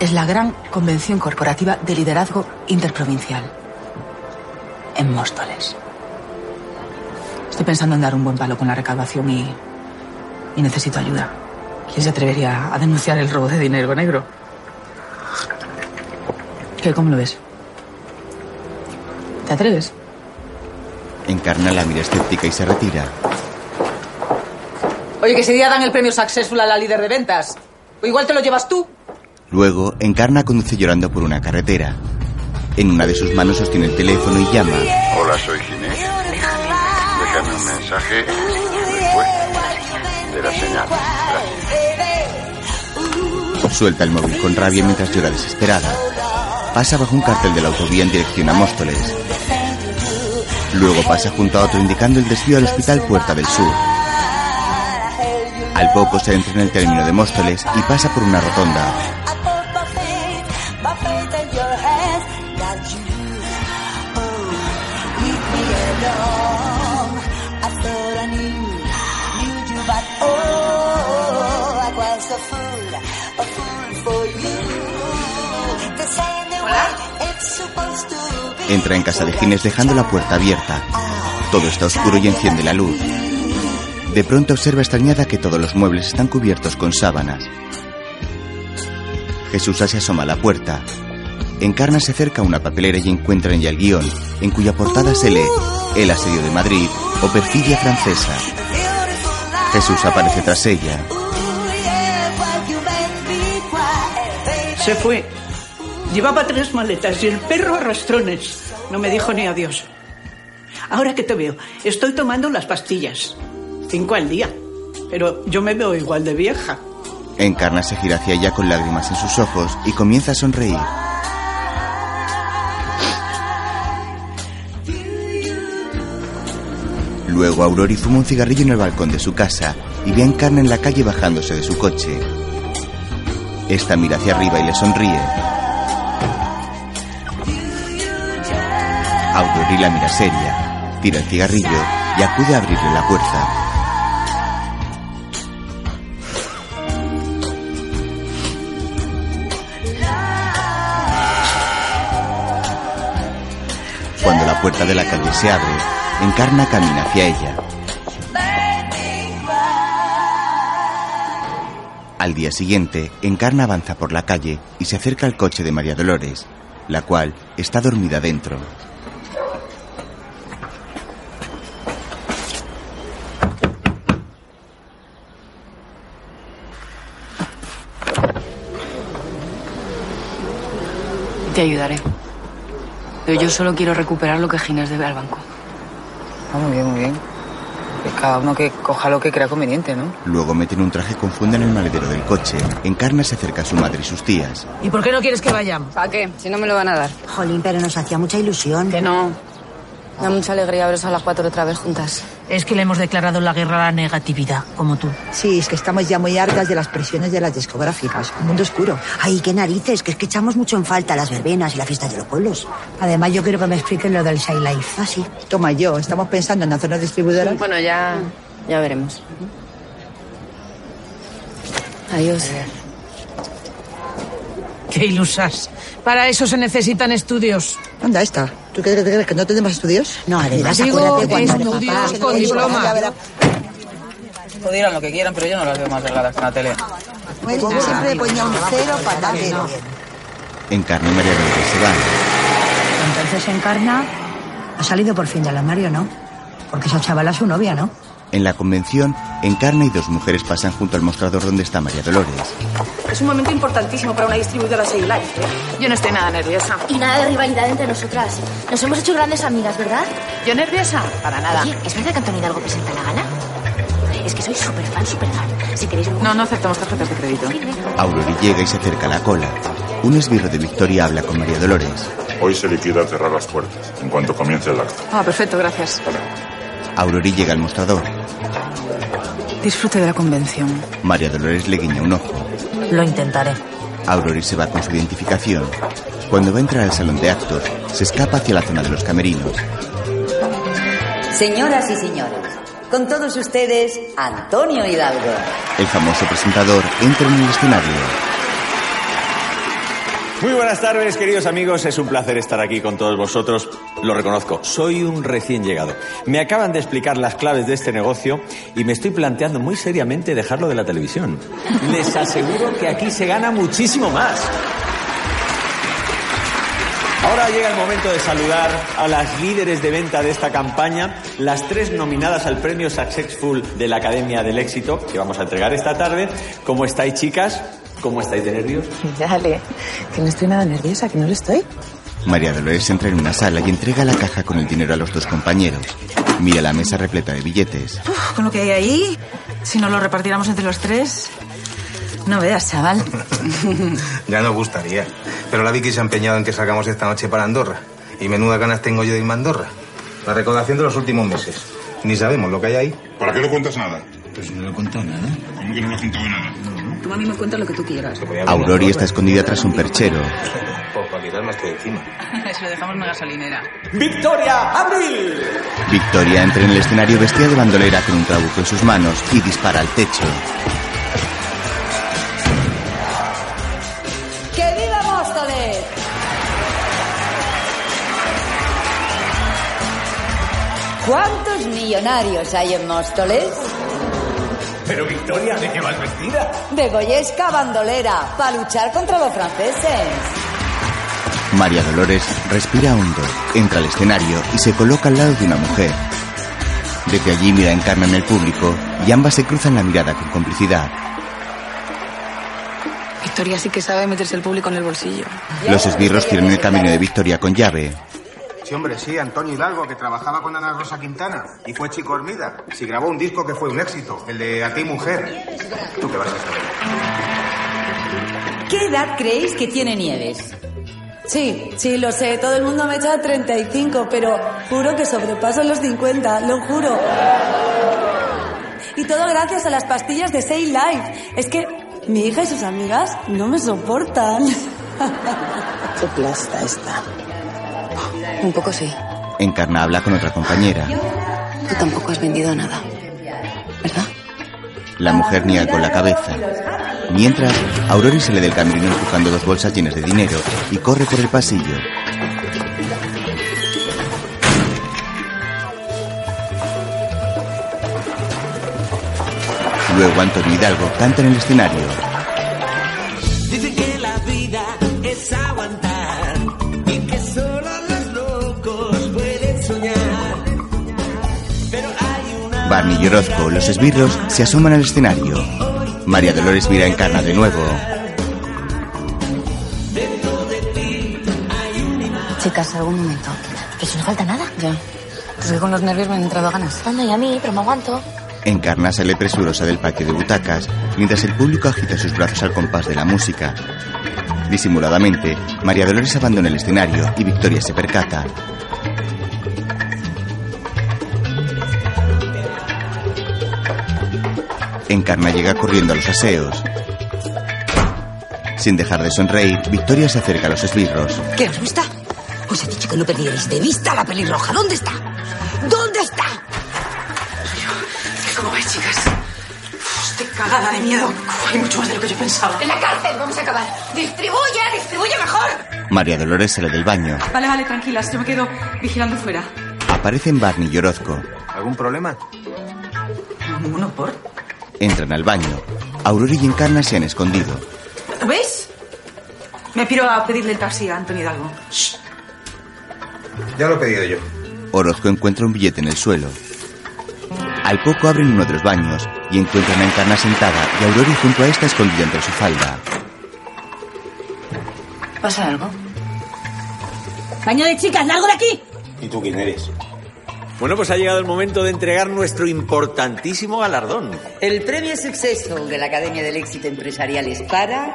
es la gran convención corporativa de liderazgo interprovincial en Móstoles. Estoy pensando en dar un buen palo con la recaudación y, y necesito ayuda. ¿Quién se atrevería a denunciar el robo de dinero negro? ¿Qué, cómo lo ves? ¿Te atreves?
Encarna la mira escéptica y se retira.
Oye, que ese día dan el premio Successful a la líder de ventas. O igual te lo llevas tú.
Luego, Encarna conduce llorando por una carretera. En una de sus manos sostiene el teléfono y llama.
Hola, soy Ginés. Déjame un mensaje después de la señal.
Suelta el móvil con rabia mientras llora desesperada. Pasa bajo un cartel de la autovía en dirección a Móstoles. Luego pasa junto a otro indicando el desvío al Hospital Puerta del Sur. Al poco se entra en el término de Móstoles y pasa por una rotonda. Entra en casa de Gines dejando la puerta abierta. Todo está oscuro y enciende la luz. De pronto observa extrañada que todos los muebles están cubiertos con sábanas. Jesús se asoma a la puerta. Encarna se acerca a una papelera y encuentra en ella el guión, en cuya portada se lee El asedio de Madrid o Perfidia francesa. Jesús aparece tras ella.
Se fue. Llevaba tres maletas y el perro a rastrones. No me dijo ni adiós. Ahora que te veo, estoy tomando las pastillas. Cinco al día. Pero yo me veo igual de vieja.
Encarna se gira hacia ella con lágrimas en sus ojos y comienza a sonreír. Luego Aurori fuma un cigarrillo en el balcón de su casa y ve a Encarna en la calle bajándose de su coche. Esta mira hacia arriba y le sonríe. Aurori la mira seria, tira el cigarrillo y acude a abrirle la puerta. Cuando la puerta de la calle se abre, Encarna camina hacia ella. Al día siguiente, Encarna avanza por la calle y se acerca al coche de María Dolores, la cual está dormida dentro.
Te ayudaré. Pero yo solo quiero recuperar lo que Ginés debe al banco.
Ah, muy bien, muy bien. Que cada uno que coja lo que crea conveniente, ¿no?
Luego meten un traje con funda en el maletero del coche. Encarna se acerca a su madre y sus tías.
¿Y por qué no quieres que vayamos?
¿Para qué? Si no me lo van a dar.
Jolín, pero nos hacía mucha ilusión.
Que no. Da mucha alegría veros a las cuatro otra vez juntas.
Es que le hemos declarado la guerra a la negatividad, como tú. Sí, es que estamos ya muy hartas de las presiones de las discográficas. Un mundo oscuro. Ay, qué narices, que es que echamos mucho en falta las verbenas y la fiesta de los pueblos. Además, yo quiero que me expliquen lo del Side Life. Ah, sí. Toma yo, estamos pensando en hacernos distribuidoras.
Bueno, ya, ya veremos. Adiós.
Qué ilusas. Para eso se necesitan estudios. Anda, esta. ¿Tú qué crees que no tenemos estudios? No, además, Digo, acuérdate cuando estudios papá- con diploma. Ya verá.
Dirán lo que quieran, pero yo no las veo más delgadas que en la tele.
Pues yo siempre ponía un cero para
Encarna y María Dolores se van.
Entonces Encarna ha salido por fin del armario, ¿no? Porque esa chavala es su novia, ¿no?
En la convención, Encarna y dos mujeres pasan junto al mostrador donde está María Dolores.
Es un momento importantísimo para una distribuidora Say Life. ¿eh? Yo no estoy nada nerviosa.
Y nada de rivalidad entre nosotras. Nos hemos hecho grandes amigas, ¿verdad?
¿Yo nerviosa? Para nada.
Oye, ¿es verdad que Antonio Hidalgo presenta la gala? Es que soy súper fan, súper fan. Si queréis...
No, no aceptamos tarjetas de crédito.
Aurori llega y se acerca a la cola. Un esbirro de Victoria habla con María Dolores.
Hoy se liquida cerrar las puertas, en cuanto comience el acto.
Ah, perfecto, gracias.
Aurori llega al mostrador.
Disfrute de la convención.
María Dolores le guiña un ojo.
Lo intentaré.
Aurori se va con su identificación. Cuando va a entrar al salón de actos, se escapa hacia la zona de los camerinos.
Señoras y señores,
Con todos ustedes, Antonio Hidalgo.
El famoso presentador entra en el escenario.
Muy buenas tardes, queridos amigos. Es un placer estar aquí con todos vosotros. Lo reconozco, soy un recién llegado. Me acaban de explicar las claves de este negocio y me estoy planteando muy seriamente dejarlo de la televisión. Les aseguro que aquí se gana muchísimo más. Ahora llega el momento de saludar a las líderes de venta de esta campaña, las tres nominadas al premio Successful de la Academia del Éxito, que vamos a entregar esta tarde. ¿Cómo estáis, chicas? ¿Cómo estáis de nervios?
Dale, que no estoy nada nerviosa, que no lo estoy.
María Dolores entra en una sala y entrega la caja con el dinero a los dos compañeros. Mira la mesa repleta de billetes.
Uf, con lo que hay ahí, si no lo repartiéramos entre los tres. No veas, chaval.
Ya nos gustaría. Pero la Vicky se ha empeñado en que salgamos esta noche para Andorra. Y menuda ganas tengo yo de irme a Andorra. La recaudación de los últimos meses. Ni sabemos lo que hay ahí.
¿Para qué no cuentas nada?
Pues no lo he contado nada.
¿Cómo que no me has contado nada?
Tú a mí me cuentas lo que tú quieras.
Aurori está escondida tras un perchero.
Pues para quitar más que encima.
Se lo dejamos en la gasolinera.
¡Victoria! ¡Abril!
Victoria entra en el escenario vestida de bandolera con un trabuco en sus manos y dispara al techo.
¡Que viva Móstoles!
¿Cuántos millonarios hay en Móstoles?
Pero Victoria, ¿de qué vas vestida?
De Goyesca bandolera, para luchar contra los franceses.
María Dolores respira hondo, entra al escenario y se coloca al lado de una mujer. Desde allí mira en Carmen el público y ambas se cruzan la mirada con complicidad.
Victoria sí que sabe meterse el público en el bolsillo.
Los esbirros cierran el camino de Victoria con llave.
Sí, hombre, sí, Antonio Hidalgo, que trabajaba con Ana Rosa Quintana y fue chico hormida. Si grabó un disco que fue un éxito, el de A ti, mujer. ¿Tú qué vas a saber?
¿Qué edad creéis que tiene Nieves?
Sí, sí, lo sé. Todo el mundo me echa 35, pero juro que sobrepaso los 50, lo juro. Y todo gracias a las pastillas de Say Life. Es que mi hija y sus amigas no me soportan.
Qué plasta está.
Un poco sí.
Encarna habla con otra compañera.
Tú tampoco has vendido nada.
La mujer niega con la cabeza. Mientras, Aurori sale del camerino empujando dos bolsas llenas de dinero y corre por el pasillo. Luego Antonio Hidalgo canta en el escenario.
Dicen que la vida es aguantar y que solo los locos pueden soñar. Pero hay una
Barney y Orozco, los esbirros, se asoman al escenario. María Dolores mira a Encarna de nuevo.
Chicas, algún momento. Pero si no falta nada. Ya. Es que con los nervios me han entrado ganas.
Ando y a mí, pero me aguanto.
Encarna sale presurosa del patio de butacas, mientras el público agita sus brazos al compás de la música. Disimuladamente, María Dolores abandona el escenario y Victoria se percata. Encarna llega corriendo a los aseos. Sin dejar de sonreír, Victoria se acerca a los esbirros.
¿Qué os gusta? Pues a ti, chico, no perdierais de vista la pelirroja. ¿Dónde está? ¿Dónde está?
¿Cómo vais, chicas? Uf, Estoy cagada de miedo. Uf, hay mucho más de lo que yo pensaba.
En la cárcel vamos a acabar. Distribuye, distribuye mejor.
María Dolores sale del baño.
Vale, vale, tranquilas. Yo me quedo vigilando fuera.
Aparecen Barney y Orozco.
¿Algún problema?
Ninguno por.
Entran al baño. Aurora y Encarna se han escondido.
¿Lo veis? Me piro a pedirle el taxi a Antonio Hidalgo.
Ya lo he pedido yo.
Orozco encuentra un billete en el suelo. Al poco abren uno de los baños y encuentran a Encarna sentada y a Aurora junto a esta escondida entre su falda.
¿Pasa algo?
Baño de chicas, largo de aquí.
¿Y tú quién eres?
Bueno, pues ha llegado el momento de entregar nuestro importantísimo galardón.
El premio Successful de la Academia del Éxito Empresarial es para...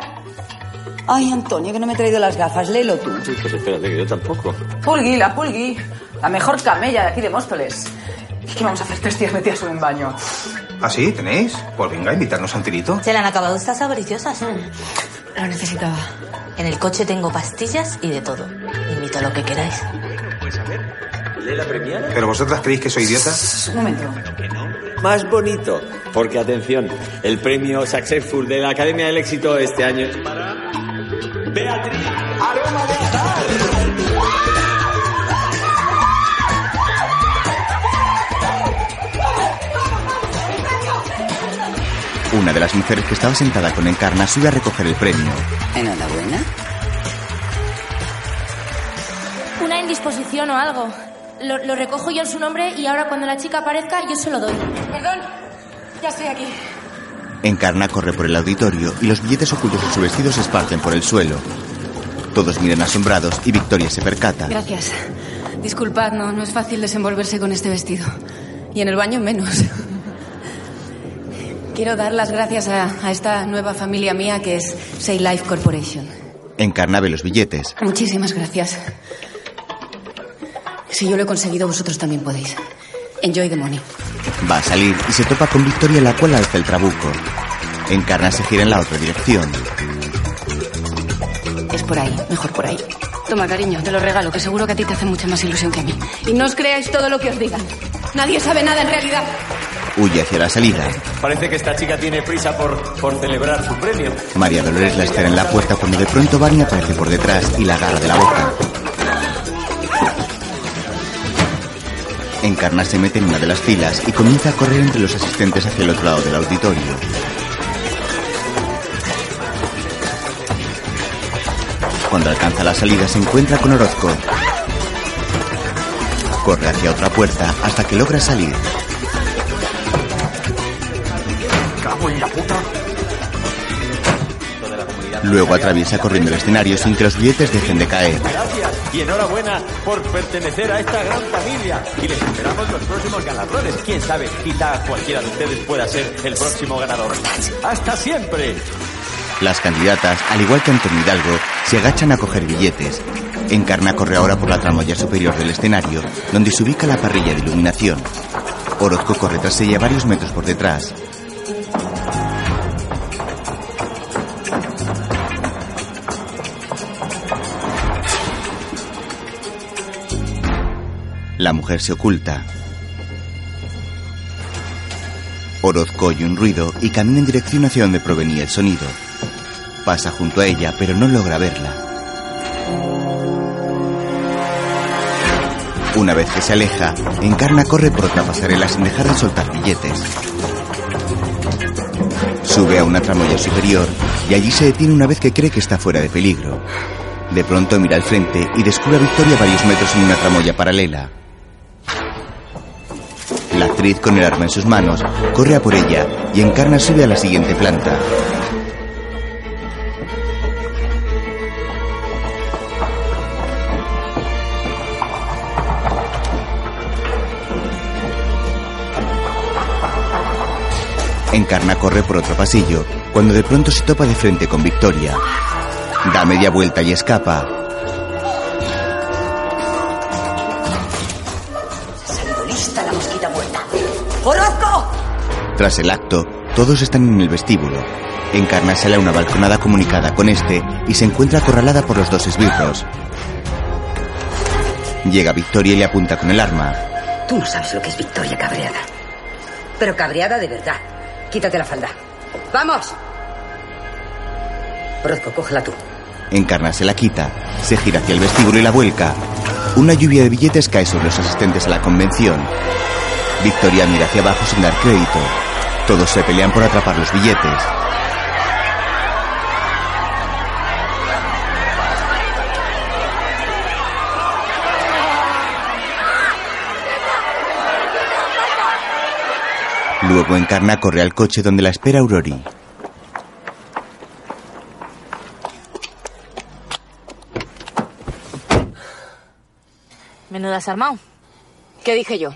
Ay, Antonio, que no me he traído las gafas. Léelo tú.
Pues espérate, que yo tampoco.
Pulgui, la Pulgui. La mejor camella de aquí de Móstoles. ¿Qué vamos a hacer tres días metidas en un baño?
¿Ah, sí? ¿Tenéis? Pues venga, invitarnos a un tirito.
Se la han acabado estas avariciosas.
Mm, Lo necesitaba.
En el coche tengo pastillas y de todo. Invito a lo que queráis.
Pues ¿Le la premiada?
¿Pero vosotras creéis que soy idiota?
Un momento.
más bonito. Porque, atención, el premio Successful de la Academia del Éxito este año es para Beatriz Aroma de Azar.
Una de las mujeres que estaba sentada con Encarna sube a recoger el premio.
Enhorabuena.
Una indisposición o algo. Lo, lo recojo yo en su nombre y ahora cuando la chica aparezca yo se lo doy. Perdón, ya estoy aquí.
Encarna corre por el auditorio y los billetes ocultos en su vestido se esparcen por el suelo. Todos miran asombrados y Victoria se percata.
Gracias. Disculpad, no, no es fácil desenvolverse con este vestido. Y en el baño menos. Quiero dar las gracias a, a esta nueva familia mía que es Say Life Corporation.
Encarna ve los billetes.
Muchísimas gracias. Si yo lo he conseguido, vosotros también podéis. Enjoy the money.
Va a salir y se topa con Victoria la cual alza el trabuco. Encarna se gira en la otra dirección.
Es por ahí, mejor por ahí. Toma, cariño, te lo regalo, que seguro que a ti te hace mucha más ilusión que a mí. Y no os creáis todo lo que os digan. Nadie sabe nada en realidad.
Huye hacia la salida.
Parece que esta chica tiene prisa por, por celebrar su premio.
María Dolores la espera en la puerta cuando de pronto Barney aparece por detrás y la agarra de la boca. Encarna se mete en una de las filas y comienza a correr entre los asistentes hacia el otro lado del auditorio. Cuando alcanza la salida se encuentra con Orozco. Corre hacia otra puerta hasta que logra salir.
Cago en la puta.
Luego atraviesa corriendo el escenario sin que los billetes dejen de caer.
Gracias y enhorabuena por pertenecer a esta gran familia. Y les esperamos los próximos ganadores. Quién sabe, quizá cualquiera de ustedes pueda ser el próximo ganador. ¡Hasta siempre!
Las candidatas, al igual que Antonio Hidalgo, se agachan a coger billetes. Encarna corre ahora por la tramoya superior del escenario, donde se ubica la parrilla de iluminación. Orozco corre tras ella varios metros por detrás. La mujer se oculta. Orozco oye un ruido y camina en dirección hacia donde provenía el sonido. Pasa junto a ella, pero no logra verla. Una vez que se aleja, Encarna corre por otra pasarela sin dejar de soltar billetes. Sube a una tramoya superior y allí se detiene una vez que cree que está fuera de peligro. De pronto mira al frente y descubre a Victoria varios metros en una tramoya paralela. La actriz con el arma en sus manos corre a por ella y Encarna sube a la siguiente planta. Encarna corre por otro pasillo, cuando de pronto se topa de frente con Victoria. Da media vuelta y escapa.
salido lista la mosquita muerta. ¡Orozco!
Tras el acto, todos están en el vestíbulo. Encarna sale a una balconada comunicada con este y se encuentra acorralada por los dos esbirros. Llega Victoria y le apunta con el arma.
Tú no sabes lo que es Victoria cabreada.
Pero cabreada de verdad.
Quítate la falda. ¡Vamos! Orozco, cógela tú.
Encarna se la quita, se gira hacia el vestíbulo y la vuelca. Una lluvia de billetes cae sobre los asistentes a la convención. Victoria mira hacia abajo sin dar crédito. Todos se pelean por atrapar los billetes. Luego Encarna corre al coche donde la espera Aurori.
Menuda has armado.
¿Qué dije yo?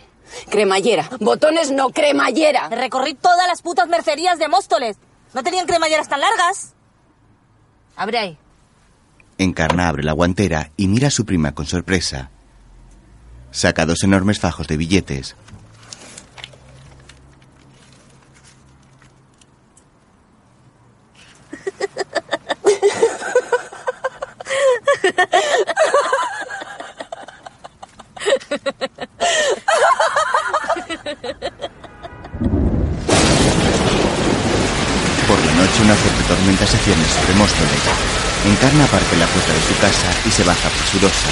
Cremallera. Botones no, cremallera.
Recorrí todas las putas mercerías de Móstoles. No tenían cremalleras tan largas. Abre ahí.
Encarna abre la guantera y mira a su prima con sorpresa. Saca dos enormes fajos de billetes. hecho una fuerte tormenta se cierne sobre Móstoles. Encarna parte la puerta de su casa y se baja presurosa.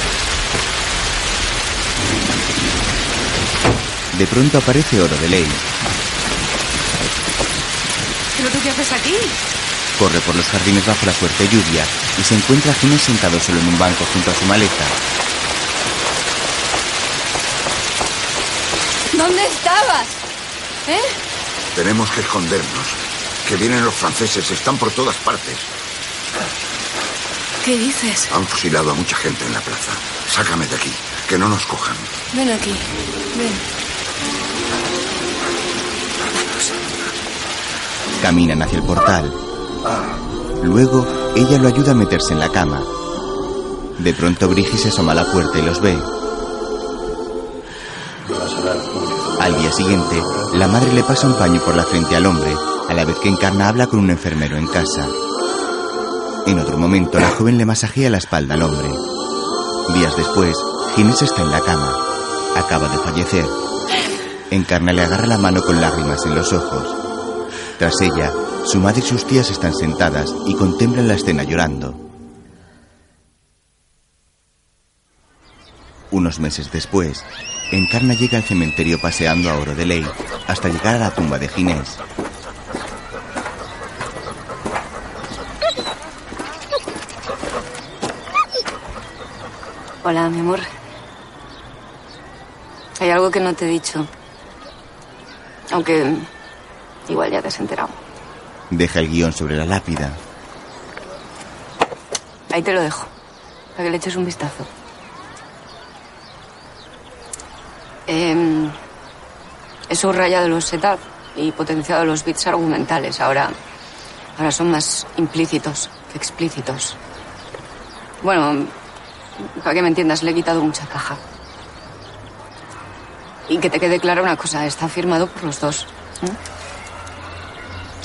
De pronto aparece Oro de Ley.
¿Pero tú qué haces aquí?
Corre por los jardines bajo la fuerte lluvia y se encuentra a Gines sentado solo en un banco junto a su maleta.
¿Dónde estabas? ¿Eh?
Tenemos que escondernos. Que vienen los franceses, están por todas partes.
¿Qué dices?
Han fusilado a mucha gente en la plaza. Sácame de aquí, que no nos cojan.
Ven aquí. Ven.
Caminan hacia el portal. Luego, ella lo ayuda a meterse en la cama. De pronto, Brigi se asoma a la puerta y los ve. Al día siguiente, la madre le pasa un paño por la frente al hombre, a la vez que Encarna habla con un enfermero en casa. En otro momento, la joven le masajea la espalda al hombre. Días después, Ginés está en la cama. Acaba de fallecer. Encarna le agarra la mano con lágrimas en los ojos. Tras ella, su madre y sus tías están sentadas y contemplan la escena llorando. Unos meses después, Encarna llega al cementerio paseando a oro de ley hasta llegar a la tumba de Ginés.
Hola, mi amor. Hay algo que no te he dicho. Aunque mm, igual ya te has enterado.
Deja el guión sobre la lápida.
Ahí te lo dejo, para que le eches un vistazo. Eh, he subrayado los setup y potenciado los bits argumentales. Ahora, ahora son más implícitos que explícitos. Bueno, para que me entiendas, le he quitado mucha caja. Y que te quede clara una cosa, está firmado por los dos. ¿eh?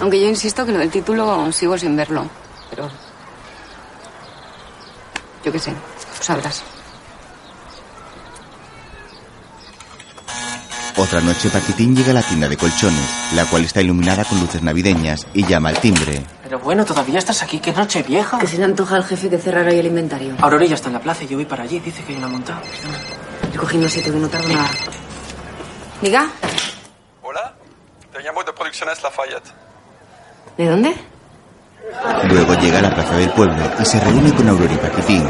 Aunque yo insisto que lo del título sigo sin verlo, pero... Yo qué sé, tú sabrás.
Otra noche, Paquitín llega a la tienda de colchones, la cual está iluminada con luces navideñas y llama al timbre.
Pero bueno, todavía estás aquí. ¡Qué noche vieja!
Que se le antoja al jefe que cerrara hoy el inventario.
Aurora ya está en la plaza y yo voy para allí. Dice que hay una montada.
Recogí unos siete, que no tardo nada. Diga,
Hola, te llamo de Producciones Lafayette.
¿de dónde?
Luego llega a la plaza del pueblo y se reúne con Aurora y Paquitín,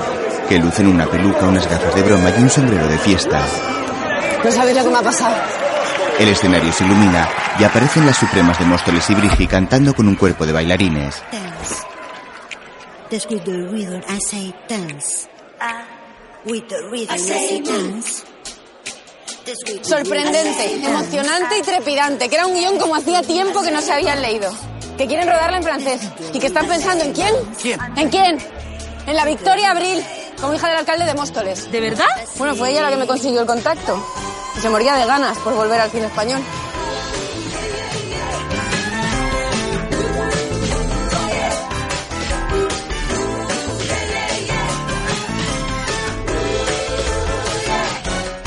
que lucen una peluca, unas gafas de broma y un sombrero de fiesta.
No sabéis lo que me ha pasado.
El escenario se ilumina y aparecen las Supremas de Móstoles y Brigi cantando con un cuerpo de bailarines.
dance. That's with the rhythm I say dance. Ah. With the rhythm I say dance.
Sorprendente, emocionante y trepidante, que era un guión como hacía tiempo que no se habían leído. Que quieren rodarla en francés y que están pensando en quién.
¿Quién?
¿En quién? En la Victoria Abril, como hija del alcalde de Móstoles. ¿De verdad? Bueno, fue ella la que me consiguió el contacto. Y se moría de ganas por volver al cine español.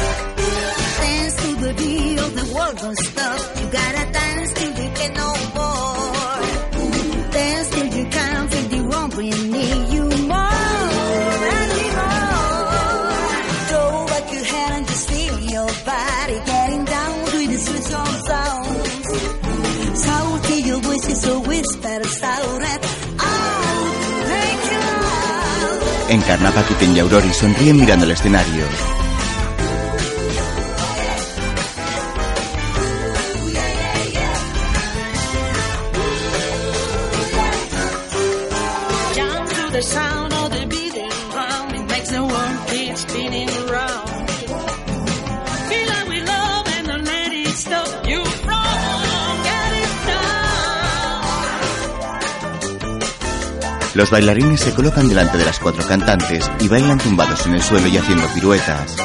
Dance to the beat of the world don't stop. You gotta dance till you can no more. Dance till you can't feel the one we need you more and more. Throw back your head and just feel your body getting down with the sweet sound sounds. Sound till your voice is a whisper, sound it out. Make it loud.
Encarna a Paquitín y Aurora y sonríen mirando el escenario.
Down to the sound of the beating drum, it makes the world keep spinning round. Feel like we love and don't let it stop you from getting down.
Los bailarines se colocan delante de las cuatro cantantes y bailan tumbados en el suelo y haciendo piruetas.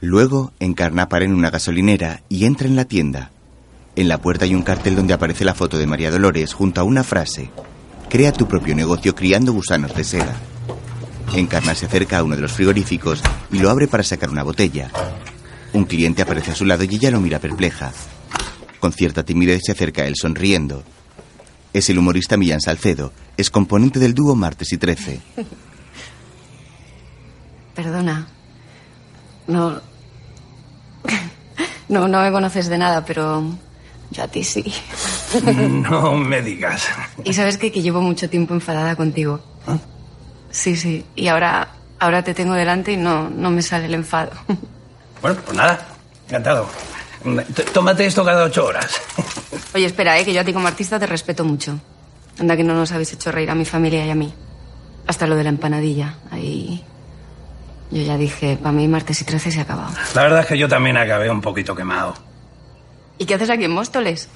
Luego encarna en una gasolinera y entra en la tienda. En la puerta hay un cartel donde aparece la foto de María Dolores junto a una frase. Crea tu propio negocio criando gusanos de seda. Encarna se acerca a uno de los frigoríficos y lo abre para sacar una botella. Un cliente aparece a su lado y ella lo mira perpleja. Con cierta timidez se acerca a él sonriendo. Es el humorista Millán Salcedo, es componente del dúo Martes y Trece.
Perdona. No. No, no me conoces de nada, pero yo a ti sí.
No me digas.
Y sabes qué? que llevo mucho tiempo enfadada contigo. Sí, sí. Y ahora, ahora te tengo delante y no, no me sale el enfado.
Bueno, pues nada, encantado. T- Tómate esto cada ocho horas.
Oye, espera, ¿eh? que yo a ti como artista te respeto mucho. Anda que no nos habéis hecho reír a mi familia y a mí. Hasta lo de la empanadilla. Ahí. Yo ya dije, para mí martes y 13 se ha acabado.
La verdad es que yo también acabé un poquito quemado.
¿Y qué haces aquí en Móstoles?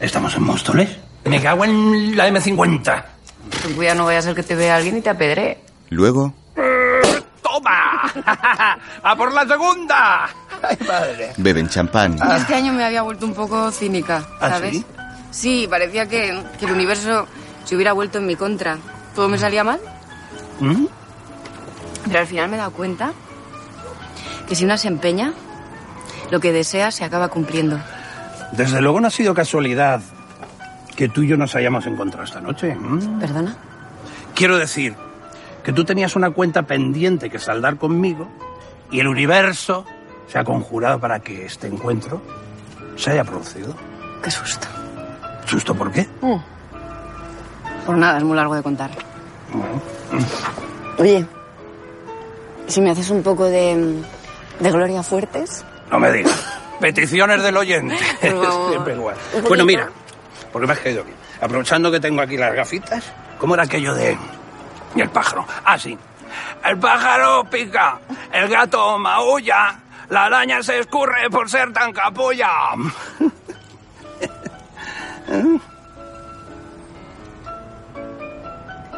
¿Estamos en Móstoles? Me cago en la M50.
Ten cuidado, no vayas Pues a ser que te vea alguien y te apedre.
Luego,
¡Toma! ¡A por la segunda! ¡Ay, madre!
beben champán.
Yo Este año me había vuelto un poco cínica,
¿Ah,
¿sabes?
sí?
Sí, parecía que, que el universo se hubiera vuelto en mi contra. Todo me salía mal,
¿Mm?
pero al final me he dado cuenta que si una se empeña, lo que desea se acaba cumpliendo.
Desde luego no ha sido casualidad que tú y yo nos hayamos encontrado esta noche. ¿m?
¿Perdona?
Quiero decir que tú tenías una cuenta pendiente que saldar conmigo y el universo se ha conjurado para que este encuentro se haya producido.
Qué susto. Mm.
¿Susto por qué?
Por nada, es muy largo de contar. Oye, si me haces un poco de, de Gloria Fuertes.
No me digas. Peticiones del oyente. Siempre igual.
Un
Bueno,
poquito.
mira, porque me has caído bien. Aprovechando que tengo aquí las gafitas, ¿cómo era aquello de. y el pájaro? Ah, sí. El pájaro pica, el gato maulla, la araña se escurre por ser tan capulla.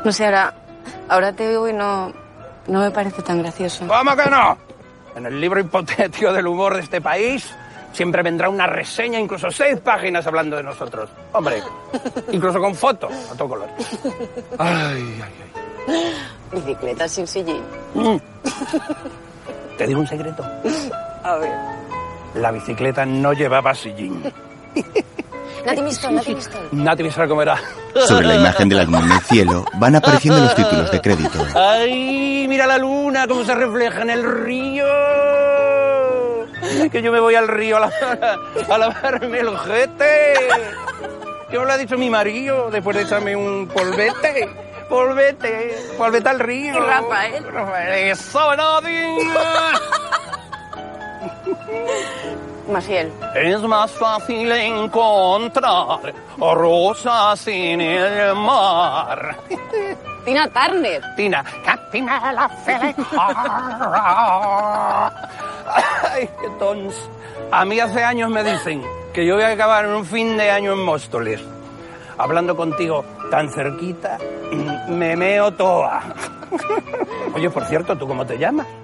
No sé, ahora, ahora te oigo y no, no me parece tan gracioso.
¿Cómo que no? En el libro hipotético del humor de este país siempre vendrá una reseña, incluso seis páginas hablando de nosotros. Hombre, incluso con fotos, a todo color. Ay, ay.
Bicicleta sin sillín.
Mm. Te digo un secreto.
A ver.
La bicicleta no llevaba sillín.
Nati Mistol, Nati Mistol.
Nati Bisbal cómo era.
Sobre la imagen de la luna en el cielo van apareciendo los títulos de crédito.
Ay, mira la luna, cómo se refleja en el río. Que yo me voy al río a, la- a lavarme el ojete. ¿Qué me lo ha dicho mi marido después de echarme un polvete? Polvete, polvete al río.
Y Rafael.
Rafael, eso, Nadine.
Maciel.
Es más fácil encontrar rosas en el mar.
Tina Turner.
Tina, Tina la Ay, qué tons. A mí hace años me dicen que yo voy a acabar en un fin de año en Móstoles. Hablando contigo tan cerquita, me meo toa. Oye, por cierto, ¿tú cómo te llamas?